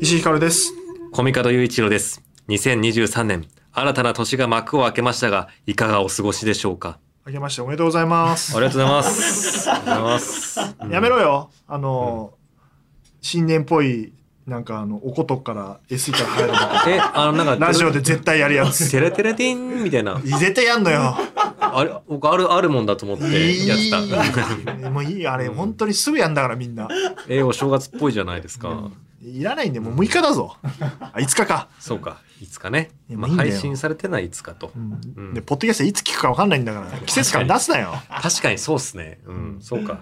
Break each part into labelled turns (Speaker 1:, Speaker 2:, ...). Speaker 1: 石井ひかるです。
Speaker 2: コミカド雄一郎です。2023年、新たな年が幕を開けましたが、いかがお過ごしでしょうか。
Speaker 1: あげましておめでとうございま
Speaker 2: あ
Speaker 1: す
Speaker 2: り。がとうございます。ありがとうございます。うん
Speaker 1: やめろよ。あの、新年っぽい、なんかあの、おことから、S から入るのとか
Speaker 2: え、あの、なんか、
Speaker 1: ラジオで絶対やるや つ。
Speaker 2: テレテレティンみたいな、
Speaker 1: 絶対やんのよ。
Speaker 2: あれ、僕ある、あるもんだと思ってやってた。
Speaker 1: いいもういい、あれ、
Speaker 2: うん
Speaker 1: 本当にすぐやんだからみんな。
Speaker 2: え、お正月っぽいじゃないですか。
Speaker 1: いらないんで、もう6日だ ぞ。あ、5日か。
Speaker 2: そうか、いつかね。
Speaker 1: いや
Speaker 2: まあ、
Speaker 1: もういいんだ
Speaker 2: 配
Speaker 1: よ
Speaker 2: 信されてないいつかと
Speaker 1: う。ん
Speaker 2: ん
Speaker 1: で、ポッドキャストいつ聞くかわかんないんだから、季節感出すなよ。
Speaker 2: 確かにそうっすね。うん、そうか。うん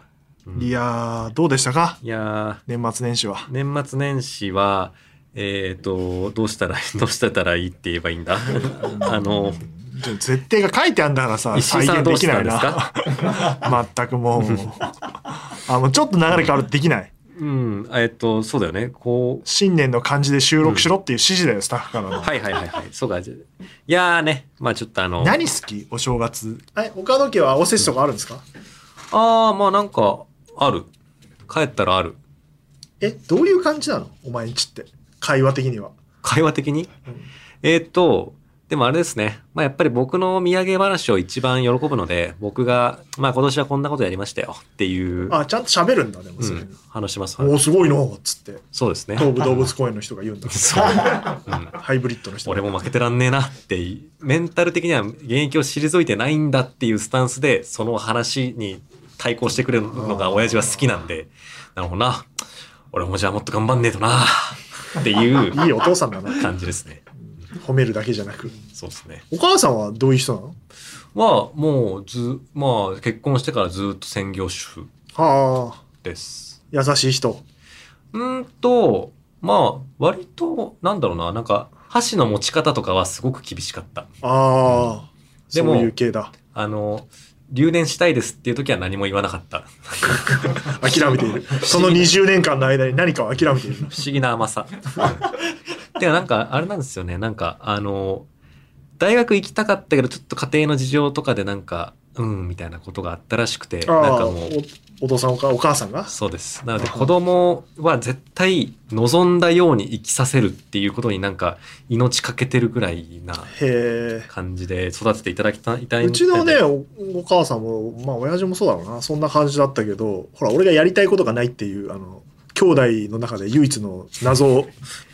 Speaker 1: いやー、どうでしたか
Speaker 2: いやー、
Speaker 1: 年末年始は。
Speaker 2: 年末年始は、えっ、と、どうしたら、どうしてたらいいって言えばいいんだ。あの、
Speaker 1: ちょ絶対が書いてあんだからさ、
Speaker 2: 石
Speaker 1: 再
Speaker 2: 井さんは
Speaker 1: 現
Speaker 2: ど
Speaker 1: で
Speaker 2: う
Speaker 1: き
Speaker 2: し
Speaker 1: な
Speaker 2: た
Speaker 1: い
Speaker 2: んです
Speaker 1: な。
Speaker 2: か
Speaker 1: 全くもう。あ、もうちょっと流れ変わるとできない。
Speaker 2: うん、えっ、と、そうだよね。こ
Speaker 1: 新年の感じで収録しろっていう指示だよ、スタッフから
Speaker 2: う、
Speaker 1: の。
Speaker 2: はいはいはいはい。そうか。じゃいやーね、まあちょっとあの、
Speaker 1: 何好きお正月。え、岡戸家はおせちとかあるんですか
Speaker 2: ああ、まあなんか、ある。帰ったらある。
Speaker 1: え、どういう感じなのお前んちって。会話的には。
Speaker 2: 会話的に。えっ、と、でもあれですね。まあやっぱり僕の土産話を一番喜ぶので、僕が、まあ今年はこんなことやりましたよっていう、
Speaker 1: あ、ちゃんと喋るんだ、でも
Speaker 2: う
Speaker 1: それに
Speaker 2: ん、話します。
Speaker 1: おーすごいのっつって。
Speaker 2: そうですね。
Speaker 1: 東武動物公園の人が言うんだ。
Speaker 2: そう。うん
Speaker 1: ハイブリッドの人。
Speaker 2: 俺も負けてらんねえなっていメンタル的には現役を退いてないんだっていうスタンスでその話に対抗してくれるのが親父は好きなんでなるほどな俺もじゃあもっと頑張んねえとなっ ていう
Speaker 1: いいお父さんだな。
Speaker 2: 感じですね
Speaker 1: 褒めるだけじゃなく。
Speaker 2: そうですね
Speaker 1: お母さんはどういう人なの
Speaker 2: はもうずまあ結婚してからずっと専業主婦
Speaker 1: はあ、
Speaker 2: です
Speaker 1: 優しい人。
Speaker 2: うーんとまあ割となんだろうななんか箸の持ち方とかはすごく厳しかった
Speaker 1: ああ、
Speaker 2: で
Speaker 1: そ
Speaker 2: も
Speaker 1: ういう系だ。
Speaker 2: あの留年したいですっていう時は何も言わなかった
Speaker 1: 諦めて いる。その20年間の間に何かを諦めている。
Speaker 2: 不思 議な甘さ。でもなんかあれなんですよねなんかあの大学行きたかったけどちょっと家庭の事情とかでなんかうんみたいなことがあったらしくて
Speaker 1: ああ
Speaker 2: なんかもう
Speaker 1: おお父さんおかお母さんが
Speaker 2: そうですなので子供は絶対望んだように生きさせるっていうことになんか命かけてるぐらいな
Speaker 1: へ
Speaker 2: 感じで育てていただきたいた
Speaker 1: え
Speaker 2: い
Speaker 1: うちの
Speaker 2: みた
Speaker 1: ね
Speaker 2: いで
Speaker 1: おお母さんもまあ親父もそうだろうなそんな感じだったけどほら俺がやりたいことがないっていうあの兄弟の中で唯一の 謎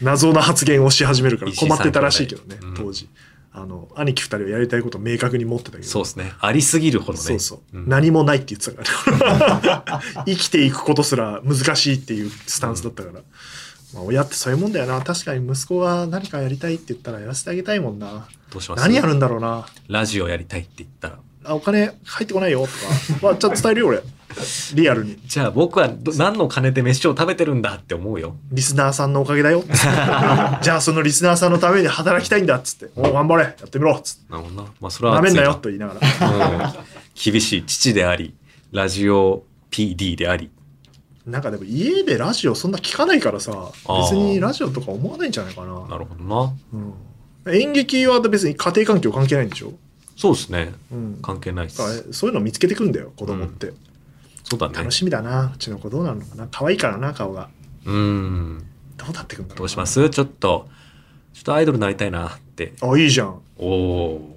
Speaker 1: 謎な発言をし始めるから
Speaker 2: 石井
Speaker 1: 困
Speaker 2: さん
Speaker 1: ってたらしいけどね
Speaker 2: 兄弟うん
Speaker 1: 当時あの兄貴二人はやりたいことを明確に持ってたけど
Speaker 2: そうですねありすぎるほどね
Speaker 1: そうそう、
Speaker 2: ん
Speaker 1: 何もないって言ってたから、 生きていくことすら難しいっていうスタンスだったから、まあ、親ってそういうもんだよな確かに息子が何かやりたいって言ったらやらせてあげたいもんな
Speaker 2: どうします
Speaker 1: 何やるんだろうな
Speaker 2: ラジオやりたいって言ったら
Speaker 1: あお金入ってこないよとか、まあ、ちょっと伝えるよ俺リアルに
Speaker 2: じゃあ僕はど何の金で飯を食べてるんだって思うよ
Speaker 1: リスナーさんのおかげ だよじゃあそのリスナーさんのために働きたいんだっつって「おう頑張れやってみろ」っつって
Speaker 2: なるほどな。まあ、
Speaker 1: 「
Speaker 2: それは
Speaker 1: なめ
Speaker 2: 熱
Speaker 1: ん
Speaker 2: い
Speaker 1: なよ」と言いながら
Speaker 2: もう厳しい父であり、ラジオ PD であり。
Speaker 1: なんかでも家でラジオそんな聞かないからさ
Speaker 2: あー
Speaker 1: 別にラジオとか思わないんじゃないか
Speaker 2: なるほどな。
Speaker 1: うん演劇は別に家庭環境関係ないんでしょ、
Speaker 2: そうですね。
Speaker 1: うん、だか
Speaker 2: 関係ないで
Speaker 1: ら
Speaker 2: す。
Speaker 1: そういうの見つけてくんだよ子供って、
Speaker 2: そうだね
Speaker 1: 楽。しみだなうちの子どうなるのかな可愛いからな顔が
Speaker 2: うん。
Speaker 1: どうなってくんだろうな
Speaker 2: どうしますちょっと、ちょっとアイドルになりたいなって。
Speaker 1: あいいじゃん
Speaker 2: おお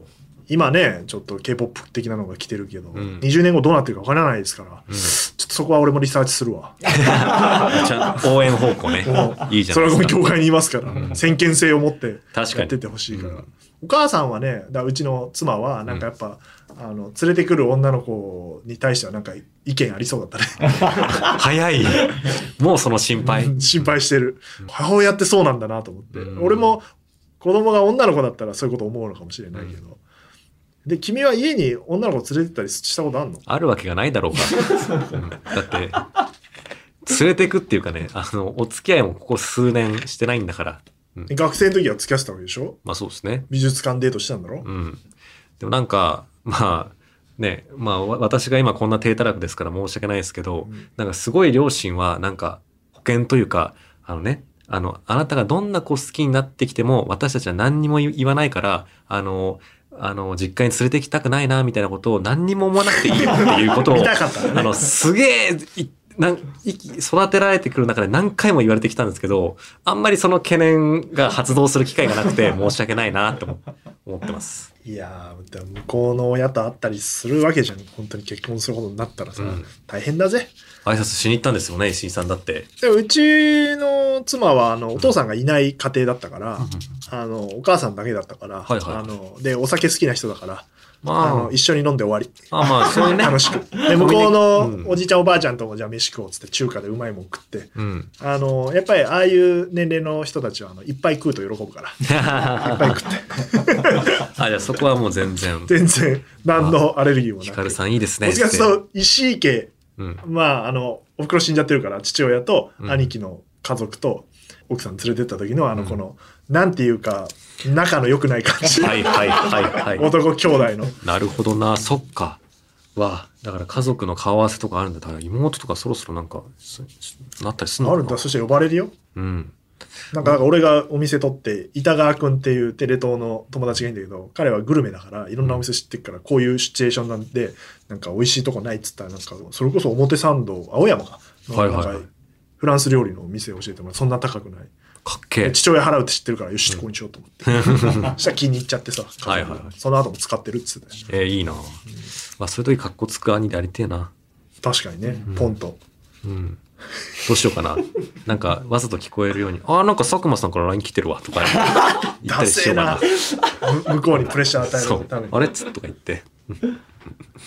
Speaker 1: 今ねちょっと k p o p 的なのが来てるけど、
Speaker 2: うん
Speaker 1: 20年後どうなってるかわからないですから、
Speaker 2: ー。うん、
Speaker 1: ちょっとそこは俺もリサーチするわ
Speaker 2: ちゃん応援方向 ね。いいじゃ
Speaker 1: そ
Speaker 2: な
Speaker 1: れはいこ
Speaker 2: で
Speaker 1: の業
Speaker 2: すか。
Speaker 1: 界にいますから、
Speaker 2: うん
Speaker 1: 先見性を持って
Speaker 2: 確か
Speaker 1: やって
Speaker 2: に。
Speaker 1: てほしいから、
Speaker 2: うん
Speaker 1: お母さんはねだからうちの妻はなんかやっぱ、あの連れてくる女の子に対してはなんか意見ありそうだったね
Speaker 2: 早い。もうその心配。
Speaker 1: 心配してる、母親ってそうなんだなと思って、
Speaker 2: うん
Speaker 1: 俺も子供が女の子だったらそういうこと思うのかもしれないけど、で君は家に女の子連れてったりしたことあんの
Speaker 2: あるわけがないだろうが。うんだって、連れてくっていうかね、あの、お付き合いもここ数年してないんだから。
Speaker 1: 学生の時は付き合ってたわけでしょ
Speaker 2: まあそうですね。
Speaker 1: 美術館デートしたんだろ、
Speaker 2: うん。でもなんか、まあ、ね、まあわ私が今こんな低たらくですから申し訳ないですけど、
Speaker 1: うん
Speaker 2: なんかすごい両親はなんか保険というか、あのね、あの、あなたがどんな子好きになってきても、私たちは何にも言わないから、あの、あの、実家に連れてきたくないな、みたいなことを何にも思わなくていいよっていうことを、
Speaker 1: 見たかった
Speaker 2: あ
Speaker 1: ね
Speaker 2: の、すげえ、いなんい育てられてくる中で何回も言われてきたんですけど、あんまりその懸念が発動する機会がな くて申し訳ないなと思思ってます。
Speaker 1: いやーでも向こうの親と会ったりするわけじゃん本当に結婚することになったらさ、
Speaker 2: うん
Speaker 1: 大変だぜ
Speaker 2: 挨拶しに行ったんですよね、石井さんだって。
Speaker 1: でうちの妻はあのお父さんがいない家庭だったから、あのお母さんだけだったから、
Speaker 2: はいはい
Speaker 1: あのでお酒好きな人だからあ
Speaker 2: ま
Speaker 1: の一緒に飲んで終わり
Speaker 2: あ、まあまあ、そういうね。
Speaker 1: 楽しく で向こう
Speaker 2: うん
Speaker 1: のおじいちゃんおばあちゃんともじゃあ飯食おうっつって中華でうまいもん食って
Speaker 2: うん。
Speaker 1: あのやっぱりああいう年齢の人たちはあのいっぱい食うと喜ぶからいっぱい
Speaker 2: あ、
Speaker 1: 食って
Speaker 2: じゃあそこはもう全然。
Speaker 1: 全然何のアレルギーも
Speaker 2: ヒ
Speaker 1: な
Speaker 2: カ
Speaker 1: く
Speaker 2: ルさんいいですね。
Speaker 1: どっちかっていう
Speaker 2: って
Speaker 1: と石井家
Speaker 2: うん。
Speaker 1: まあ、あの、お袋死んじゃってるから、父親と
Speaker 2: うん
Speaker 1: 兄貴の家族と奥さん連れてった時の、あ
Speaker 2: う
Speaker 1: の、
Speaker 2: ん
Speaker 1: この、なんていうか、仲の良くない感じ。
Speaker 2: はいはいはいはい。
Speaker 1: 男兄弟の。
Speaker 2: なるほどな、そっか。わあ、だから家族の顔合わせとかあるんだ。だから妹とかそろそろなんか、そなったりするの
Speaker 1: あ
Speaker 2: かな
Speaker 1: るんだ、そして呼ばれるよ。
Speaker 2: うん。
Speaker 1: なんか、なんか俺がお店取って、板川くんっていうテレ東の友達がいるんだけど、彼はグルメだから、いろんなお店知ってるから、こういうシチュエーションなんで、なんか美味しいとこないっつったら、なんか、それこそ表参道、青山か。
Speaker 2: はいはいはい
Speaker 1: なんかフランス料理のお店教えてもらってそんな高くない。
Speaker 2: かっけえ。
Speaker 1: 父親払うって知ってるから、よし、ここにしようと思 って。そしたら気に入っちゃってさ、
Speaker 2: はいはいはい
Speaker 1: その後も使ってるっつってたよ
Speaker 2: えーいいな。まあ、そういう時かっこつく兄でありてえな。
Speaker 1: 確かにね、ポンと。
Speaker 2: うん。どうしよう かな。なんか、わざと聞こえるように、ああ、なんか佐久間さんから LINE 来てるわ、とか 言った
Speaker 1: ダ
Speaker 2: りし
Speaker 1: セえ
Speaker 2: ようか
Speaker 1: な。む向こうにプレッシャー
Speaker 2: な。
Speaker 1: 与え
Speaker 2: そ
Speaker 1: るため
Speaker 2: う。
Speaker 1: に
Speaker 2: あ。れっつとか言って。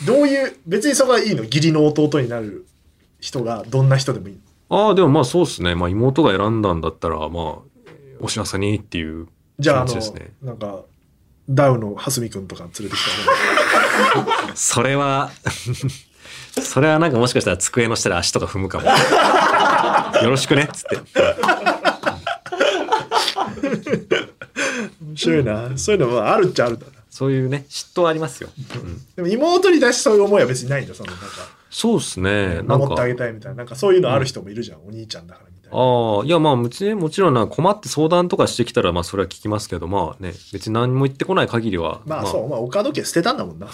Speaker 1: どういう、別にそこはいいの義理の弟になる人がどんな人でもいいの
Speaker 2: ああ、でもまあそうっすね。まあ妹が選んだんだったら、まあ、お幸せにっていう
Speaker 1: じゃあ、あ
Speaker 2: 感じ
Speaker 1: の
Speaker 2: ですね。、
Speaker 1: なんか、ダウの蓮見くんとか連れてきた ら、
Speaker 2: それは、 それはなんかもしかしたら机の下で足とか踏む かも。よろしくねっつって。
Speaker 1: 面白いな。そういうのもあるっちゃあるんだな。
Speaker 2: そういうね、嫉妬はありますよ。うん
Speaker 1: でも妹に対してそういう思いは別にないんだ、そのなんか、
Speaker 2: そうっすね。なん
Speaker 1: 守っ
Speaker 2: か
Speaker 1: てあ。げたいみたいな。なんかそういうのある人もいるじゃん、お兄ちゃんだからみたいな。
Speaker 2: ああ、いやまあ、うちね、もちろんな、困って相談とかしてきたら、まあそれは聞きますけど、まあね、別に何も言ってこない限りは、
Speaker 1: まあそう、まあ、岡時計捨てたんだもんな。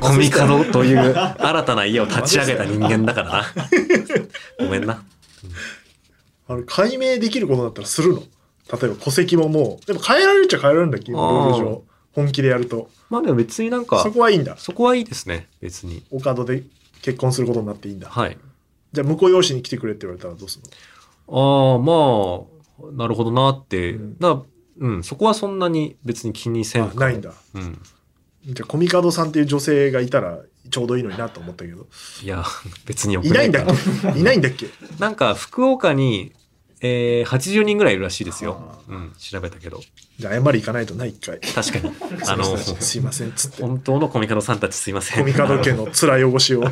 Speaker 2: コミカド という新たな家を立ち上げた人間だからな。ごめんな。
Speaker 1: あれ、解明できることだったらするの例えば戸籍ももう、でも変えられるっちゃ変えられるんだっけ、今ルール
Speaker 2: あー
Speaker 1: 上。本気でやると。
Speaker 2: まあでも別になんか
Speaker 1: そ、こはいいんだ。
Speaker 2: そこはいいですね、別に。
Speaker 1: お門で結婚することになっていいんだ。
Speaker 2: はい。
Speaker 1: じゃあ、婿養子に来てくれって言われたらどうする
Speaker 2: ああ、まあ、なるほどなって。
Speaker 1: うん
Speaker 2: だうん、そこはそんなに別に気にせ
Speaker 1: の
Speaker 2: ん
Speaker 1: あ。ないんだ。
Speaker 2: うん。
Speaker 1: じゃあ、コミカドさんっていう女性がいたらちょうどいいのになと思ったけど。
Speaker 2: いや、 別によく
Speaker 1: いないんだっ
Speaker 2: から
Speaker 1: けいないんだっけ
Speaker 2: なんか、福岡に、えー、80人ぐらいいるらしいですよ
Speaker 1: は。
Speaker 2: うん、調べたけど。
Speaker 1: じゃあ、謝り行かないとな、一回。
Speaker 2: 確 かに。あの、
Speaker 1: すいません、つって。
Speaker 2: 本当のコミカドさんたちすいません。
Speaker 1: コミカド家の面汚しを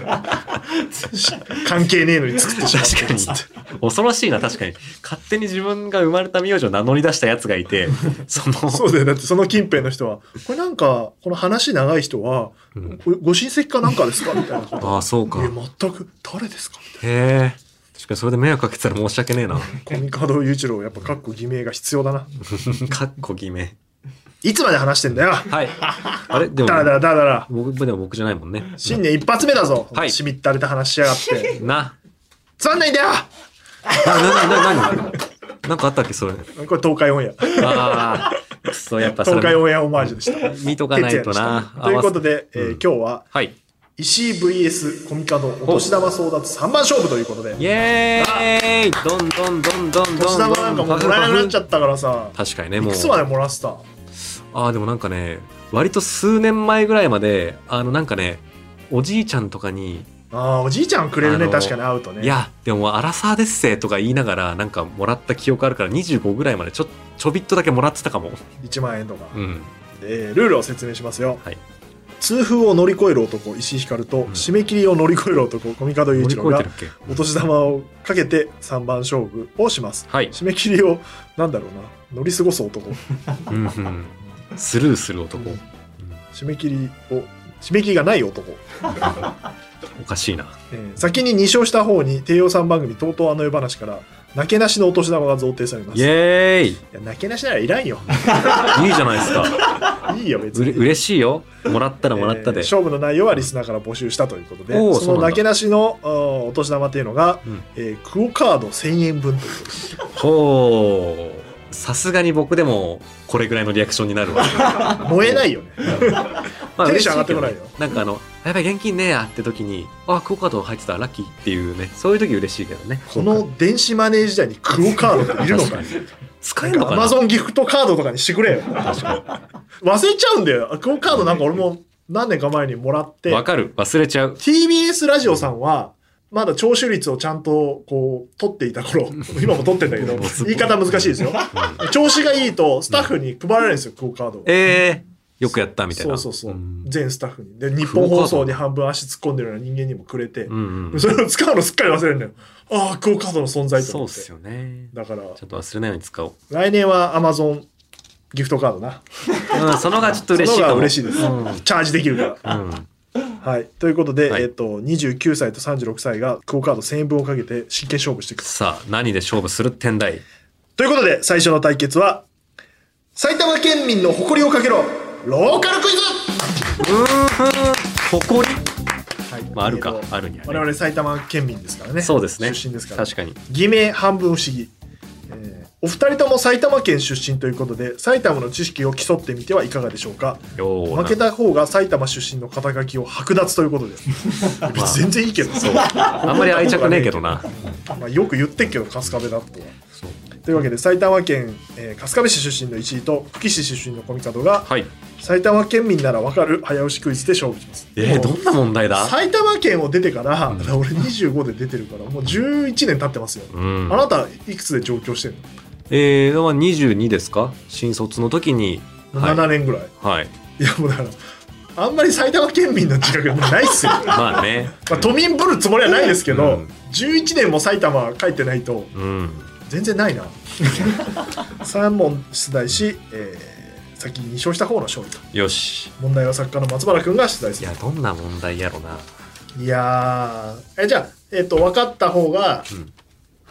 Speaker 1: 関係ねえのに作ってしまって
Speaker 2: 確かに
Speaker 1: つって。
Speaker 2: 恐ろしいな、確かに。勝手に自分が生まれた名字を名乗り出したやつがいて、その、
Speaker 1: そうだよ。だってその近辺の人は、これなんか、この話長い人は、
Speaker 2: うん
Speaker 1: ごご親戚かなんかですかみたいなこと。
Speaker 2: ああ、そうか。
Speaker 1: え、
Speaker 2: へ
Speaker 1: 全く、誰ですかみたい
Speaker 2: え。確かにそれで迷惑かけてたら申し訳ねえな。
Speaker 1: な。コミカド雄一郎、やっぱ、かっこ偽名が必要だな。
Speaker 2: かっこ決め。
Speaker 1: いつまで話してんだよ
Speaker 2: はい。あれでも、
Speaker 1: だらだらだらだら。
Speaker 2: 僕でも僕じゃないもんね。
Speaker 1: 新年一発目だぞ、
Speaker 2: はい
Speaker 1: しみったれた話しやが って。
Speaker 2: な、
Speaker 1: つまんないんだよ
Speaker 2: な、な、な、な、なんかあったっけ、それ。
Speaker 1: これ東海オンエア。
Speaker 2: ああ、くそ、やっぱそ
Speaker 1: 東海
Speaker 2: れ
Speaker 1: オンエアオマージュでした。
Speaker 2: 見とかないと
Speaker 1: 徹夜で
Speaker 2: な
Speaker 1: し。たということ
Speaker 2: 合わ
Speaker 1: で、えー今日は、
Speaker 2: せ。はい。
Speaker 1: 石井 VS コミカドお年玉争奪3番勝負ということで、
Speaker 2: イエーイどんどんどんどんど
Speaker 1: お
Speaker 2: ん
Speaker 1: 年玉なんかもうもらえなくなっちゃったからさ、
Speaker 2: 確かにね、
Speaker 1: い
Speaker 2: もう
Speaker 1: く。つまでもらってた
Speaker 2: ああ、でもなんかね、割と数年前ぐらいまで、あの、なんかね、おじいちゃんとかに、
Speaker 1: あーおじいちゃんくれる
Speaker 2: あ
Speaker 1: ね
Speaker 2: の
Speaker 1: 確かに会うとね
Speaker 2: いや、でも、アラサーですせとか言いながら、なんかもらった記憶あるから、25ぐらいまでちょ、ちょびっとだけもらってたかも。
Speaker 1: 1万円とか、
Speaker 2: うん。
Speaker 1: えールールを説明しますよ、
Speaker 2: はい
Speaker 1: 痛風を乗り越える男石井ひかると、締め切りを乗り越える男コミカド雄
Speaker 2: 乗り
Speaker 1: 一
Speaker 2: 越
Speaker 1: 郎
Speaker 2: え
Speaker 1: が
Speaker 2: てるっけ
Speaker 1: お年玉をかけて3番勝負をします
Speaker 2: はい。
Speaker 1: 締め切りをなんだろうな乗り過ごす男
Speaker 2: うんうん。スルーする男。
Speaker 1: 締め切りを締め切りがない男、
Speaker 2: おかしいな。
Speaker 1: えー先に2勝した方に帝王さん番組「とうとうあの世話」からなけなしのお年玉が贈呈されます。
Speaker 2: イエ
Speaker 1: い
Speaker 2: ーイいい
Speaker 1: や、なけなしならいら んよ。
Speaker 2: じゃないですか。
Speaker 1: いいよ、別
Speaker 2: うれ
Speaker 1: に。
Speaker 2: 嬉しいよ。もらったらもらった
Speaker 1: えー
Speaker 2: で。
Speaker 1: 勝負の内容はリスナーから募集したということで、
Speaker 2: おーそ
Speaker 1: そうの
Speaker 2: なんだ
Speaker 1: なけなしのあーお年玉っていうのが、
Speaker 2: うん
Speaker 1: えークオカード1000円分ということ で
Speaker 2: ほう。さすがに僕でもこれぐらいのリアクションに なるわ。
Speaker 1: 燃えないよね。
Speaker 2: ま
Speaker 1: テンション上がってこないよ
Speaker 2: 嬉しけどねなんかあの、やばい現金ねえやって時に、あ、クオカード入ってたラッキーっていうね、そういう時嬉しいけどね。
Speaker 1: この電子マネー時代にクオカードっているの
Speaker 2: 確
Speaker 1: か
Speaker 2: かに使
Speaker 1: な
Speaker 2: え
Speaker 1: ん
Speaker 2: るの
Speaker 1: か
Speaker 2: か
Speaker 1: ア
Speaker 2: な
Speaker 1: マゾンギフトカードとかにしてくれよ。
Speaker 2: 確か
Speaker 1: 忘れちゃうんだよ。クオカードなんか俺も何年か前にもらって
Speaker 2: に。、わかる。忘れちゃう。
Speaker 1: TBS ラジオさんは、まだ聴取率をちゃんとこう取っていた 頃、今も取ってんだけど
Speaker 2: もうす、ご
Speaker 1: 言い
Speaker 2: い
Speaker 1: 方難しいですよ。調子がいいとスタッフに配られるんですよ、クオカードを。
Speaker 2: えー、よくやったみたい
Speaker 1: そ
Speaker 2: な。
Speaker 1: うそうそう、
Speaker 2: ん
Speaker 1: 全スタッフに。で、日本放送に半分足突っ込んでるような人間にもくれて、
Speaker 2: うんうん
Speaker 1: それを使うのすっかり忘れるんだよ。ああ、クオカードの存在と
Speaker 2: そう
Speaker 1: 思
Speaker 2: っ
Speaker 1: って。
Speaker 2: すよね。
Speaker 1: だから、
Speaker 2: ちょっと忘れないように使おう。
Speaker 1: 来年は Amazon ギフトカードな。
Speaker 2: うん、そのがちょっと嬉しい
Speaker 1: その
Speaker 2: か
Speaker 1: 方
Speaker 2: も。
Speaker 1: が嬉しいです。チ
Speaker 2: うん
Speaker 1: ャージできるから。
Speaker 2: うん
Speaker 1: はい、ということで、
Speaker 2: はい
Speaker 1: えっと29歳と36歳がクオ・カード1000円分をかけて真剣勝負していく
Speaker 2: さあ、何で勝負する天台。
Speaker 1: ということで最初の対決は埼玉県民の誇りをかけろローカルクイ
Speaker 2: 誇り
Speaker 1: ズ、はい
Speaker 2: まあ、あるか
Speaker 1: えっ、と
Speaker 2: あるにはね
Speaker 1: 我々埼玉県民ですからね
Speaker 2: そうですね。
Speaker 1: 出身ですから
Speaker 2: 確かに。
Speaker 1: 偽名半分不思議、えーお二人とも埼玉県出身ということで埼玉の知識を競ってみてはいかがでしょうか
Speaker 2: ような
Speaker 1: 負けた方が埼玉出身の肩書きを剥奪ということで別に全然いいけど、
Speaker 2: あんまり愛着ねえけどな。
Speaker 1: まあ、よく言ってっけど春日部だとは
Speaker 2: そう
Speaker 1: というわけで埼玉県、えー春日部市出身の石井と久喜市出身のコミカドが
Speaker 2: はい。
Speaker 1: 埼玉県民ならわかる早押しクイズで勝負します。
Speaker 2: えー、
Speaker 1: も
Speaker 2: ど
Speaker 1: うん
Speaker 2: な問題だ
Speaker 1: 埼玉県を出てから、
Speaker 2: うん
Speaker 1: 俺25で出てるからもう11年経ってますよ。
Speaker 2: うん
Speaker 1: あ。なたいくつで上京してんの、
Speaker 2: えー、まあ22ですか新卒の時に。はい。
Speaker 1: ?7 年ぐらい。
Speaker 2: はい、
Speaker 1: いやもうだからあんまり埼玉県民の自覚がないっ すよ。
Speaker 2: まあね。
Speaker 1: まあ、都民ぶるつもりはないですけど、
Speaker 2: うん
Speaker 1: 11年も埼玉帰ってないと
Speaker 2: うん。
Speaker 1: 全然 ないな。3問出題し、えー先に2勝した方の勝利と。
Speaker 2: よし。
Speaker 1: 問題は作家の松原くんが出題す
Speaker 2: い
Speaker 1: る
Speaker 2: や、どんな問題やろな。
Speaker 1: いやーえじゃあ、えっと分かった方が
Speaker 2: うん。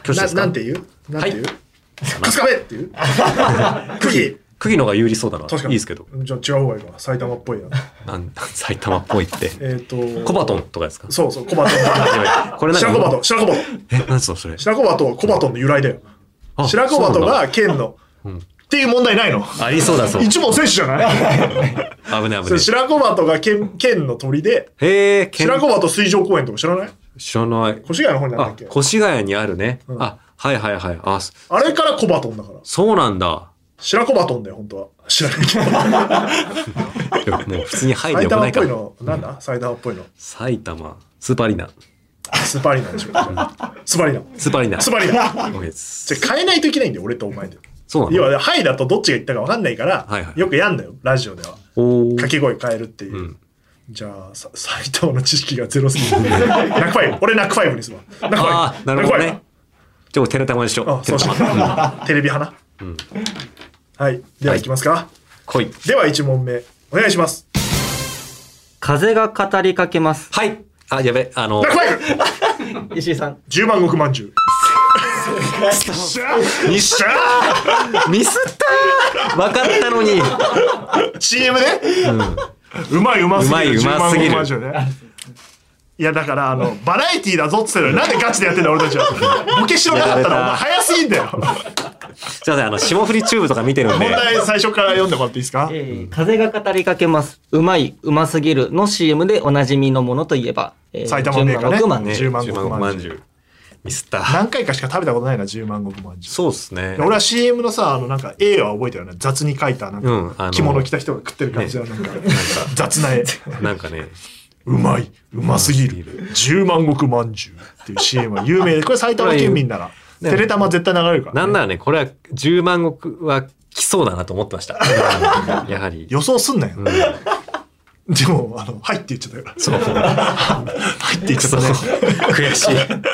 Speaker 2: 挙手で
Speaker 1: な
Speaker 2: すか
Speaker 1: なんて言うなんて言う、
Speaker 2: は
Speaker 1: 春日部っていう 釘
Speaker 2: 釘野が有利そうだな。
Speaker 1: 確か
Speaker 2: いい
Speaker 1: に
Speaker 2: ですけど。
Speaker 1: じゃあ違う方がいいかな埼玉っぽいな
Speaker 2: なん 埼玉っぽいって。
Speaker 1: えっ、と
Speaker 2: コバトンとかですか
Speaker 1: そうそうコ バトン
Speaker 2: やばいこれなんか。
Speaker 1: 白コバトン白コバトン
Speaker 2: え、何そのそれ。
Speaker 1: 白コバトンはコバトンの由来だよ
Speaker 2: あ
Speaker 1: 白コバト
Speaker 2: そ
Speaker 1: ン
Speaker 2: うなんだ
Speaker 1: が県の
Speaker 2: うん
Speaker 1: っていう問題ないの
Speaker 2: ありそうだそう。
Speaker 1: 一問選手じゃない
Speaker 2: 危ない危
Speaker 1: そ
Speaker 2: な
Speaker 1: れ
Speaker 2: い。
Speaker 1: 白コバトンが県県の鳥で
Speaker 2: へえ、県
Speaker 1: 白コバトン水上公園とか知らない
Speaker 2: 知らない。
Speaker 1: 越谷の方になんだ
Speaker 2: あ
Speaker 1: っけ、
Speaker 2: 越谷にあるね。
Speaker 1: ん
Speaker 2: あ、はいはいはい。あ、そ
Speaker 1: あれからコバトンだから
Speaker 2: そうなんだ。
Speaker 1: 白コバトンだよ本 当は知らないけど
Speaker 2: いやもう普通に入っ
Speaker 1: 埼
Speaker 2: てよく
Speaker 1: 玉
Speaker 2: な
Speaker 1: っ
Speaker 2: いか
Speaker 1: ぽい
Speaker 2: ら。
Speaker 1: の、なんだ埼玉っぽいの。
Speaker 2: 埼玉、スーパーアリーナ。
Speaker 1: スパリナでしょ。スパリナ。
Speaker 2: スーパーアリーナ。
Speaker 1: スパリ ナ。
Speaker 2: OK です
Speaker 1: じゃ変えないといけないんだよ、俺とお前で。
Speaker 2: そうな
Speaker 1: 要
Speaker 2: の
Speaker 1: は、はいだとどっちが言ったか分かんないから、
Speaker 2: はいはい
Speaker 1: よくやんだよ、ラジオでは。
Speaker 2: おー
Speaker 1: 掛け声変えるっていう。
Speaker 2: うん
Speaker 1: じゃあ、さ 埼玉の知識がゼロ すぎる。ナックファイブ。俺ナックファイブにするわ。ナックファ
Speaker 2: あ
Speaker 1: イ
Speaker 2: あ、
Speaker 1: ブ。
Speaker 2: なるほど
Speaker 1: ナッ
Speaker 2: ね
Speaker 1: ク。
Speaker 2: ちょ、テレタマでし
Speaker 1: ファイブ
Speaker 2: ょ。
Speaker 1: あ、
Speaker 2: テ
Speaker 1: そ
Speaker 2: レ
Speaker 1: うし
Speaker 2: タ
Speaker 1: よ
Speaker 2: マ。
Speaker 1: う。テ レビ派な。
Speaker 2: ん
Speaker 1: はい。では、いきますか。
Speaker 2: 来い。
Speaker 1: では、1問目。お願いします。
Speaker 3: 風が語りかけます。
Speaker 2: はい。あ、やべ、あの
Speaker 1: ナッ、クファイブ
Speaker 3: 石井さん。
Speaker 1: !10 万石まんじゅう。しゃーにしゃ
Speaker 2: ミスったー分かったのに。
Speaker 1: ー !CM ねうまいうま
Speaker 2: うまいうますぎる
Speaker 1: 10万本マンションねいやだからあのバラエティーだぞっつってのになんでガチでやってんだ俺たちはボケしろなかったらお前早すぎんだよ
Speaker 2: すいません、あの、霜降りチューブとか見てるん
Speaker 1: 問
Speaker 2: で。
Speaker 1: 題最初から読んでもらっていいですか
Speaker 3: えー風が語りかけます。うまい、うますぎるの CM でおなじみのものといえば、え
Speaker 1: 埼玉メーカーね
Speaker 3: 10万
Speaker 2: ね、
Speaker 1: 10万石
Speaker 2: 10
Speaker 1: ま
Speaker 2: ま
Speaker 1: ん
Speaker 2: ん
Speaker 1: じ
Speaker 2: じ
Speaker 1: ゅ
Speaker 2: ゅう。ミスった。
Speaker 1: 何回かしか食べたことないな10万石まんじゅう
Speaker 2: そうっすね。
Speaker 1: 俺は CM のさあのなんか A は覚えてるよね雑に書いたなんか、
Speaker 2: うんあの
Speaker 1: 着物着た人が食ってる感じのなんか、雑 な絵
Speaker 2: なんかね、
Speaker 1: うまい、うますぎる。10万石まんじゅうっていう CM は有 名で、これ埼玉県民なら、
Speaker 2: ね
Speaker 1: テレタマ絶対流れるから、
Speaker 2: なん
Speaker 1: ね。
Speaker 2: ならね、これは10万石は来そうだなと思ってました。やはり。
Speaker 1: 予想すんなよ。
Speaker 2: うん
Speaker 1: でも、あの、はいって言っちゃったから。そう。はいって言っちゃ
Speaker 2: そ
Speaker 1: っ
Speaker 2: う
Speaker 1: たね。
Speaker 2: 悔しい。張って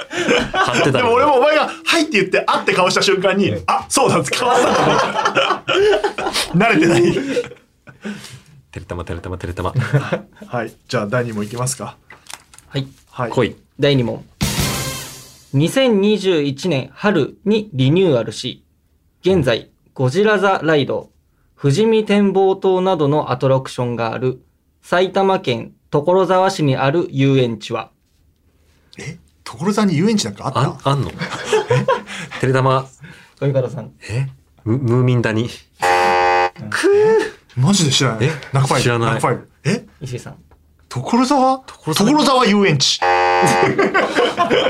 Speaker 2: たのに
Speaker 1: でも俺もお前が、はいって言って、あって顔した瞬間に、あ、そうだ、変わった と思った。慣れてない。
Speaker 2: てるたまてるたまてるたま。
Speaker 1: はい。じゃあ、第2問いきますか。
Speaker 3: はい。
Speaker 1: はい。
Speaker 2: 来い。
Speaker 3: 第2問。 2021年春にリニューアルし、現在、ゴジラザライド、富士見展望塔などのアトラクションがある、埼玉県所沢市にある遊園地は、
Speaker 1: え所沢に遊園地なんかあった
Speaker 2: あ、あんのえテレ玉、
Speaker 3: 鳥方さん。
Speaker 2: えムムーミン谷。
Speaker 1: マジで知らない
Speaker 2: え。
Speaker 1: 中ファイブ。
Speaker 2: 知らない
Speaker 1: 中ファイブ。え
Speaker 3: 石井さん。
Speaker 1: 所沢所
Speaker 2: 沢
Speaker 1: 沢遊園地。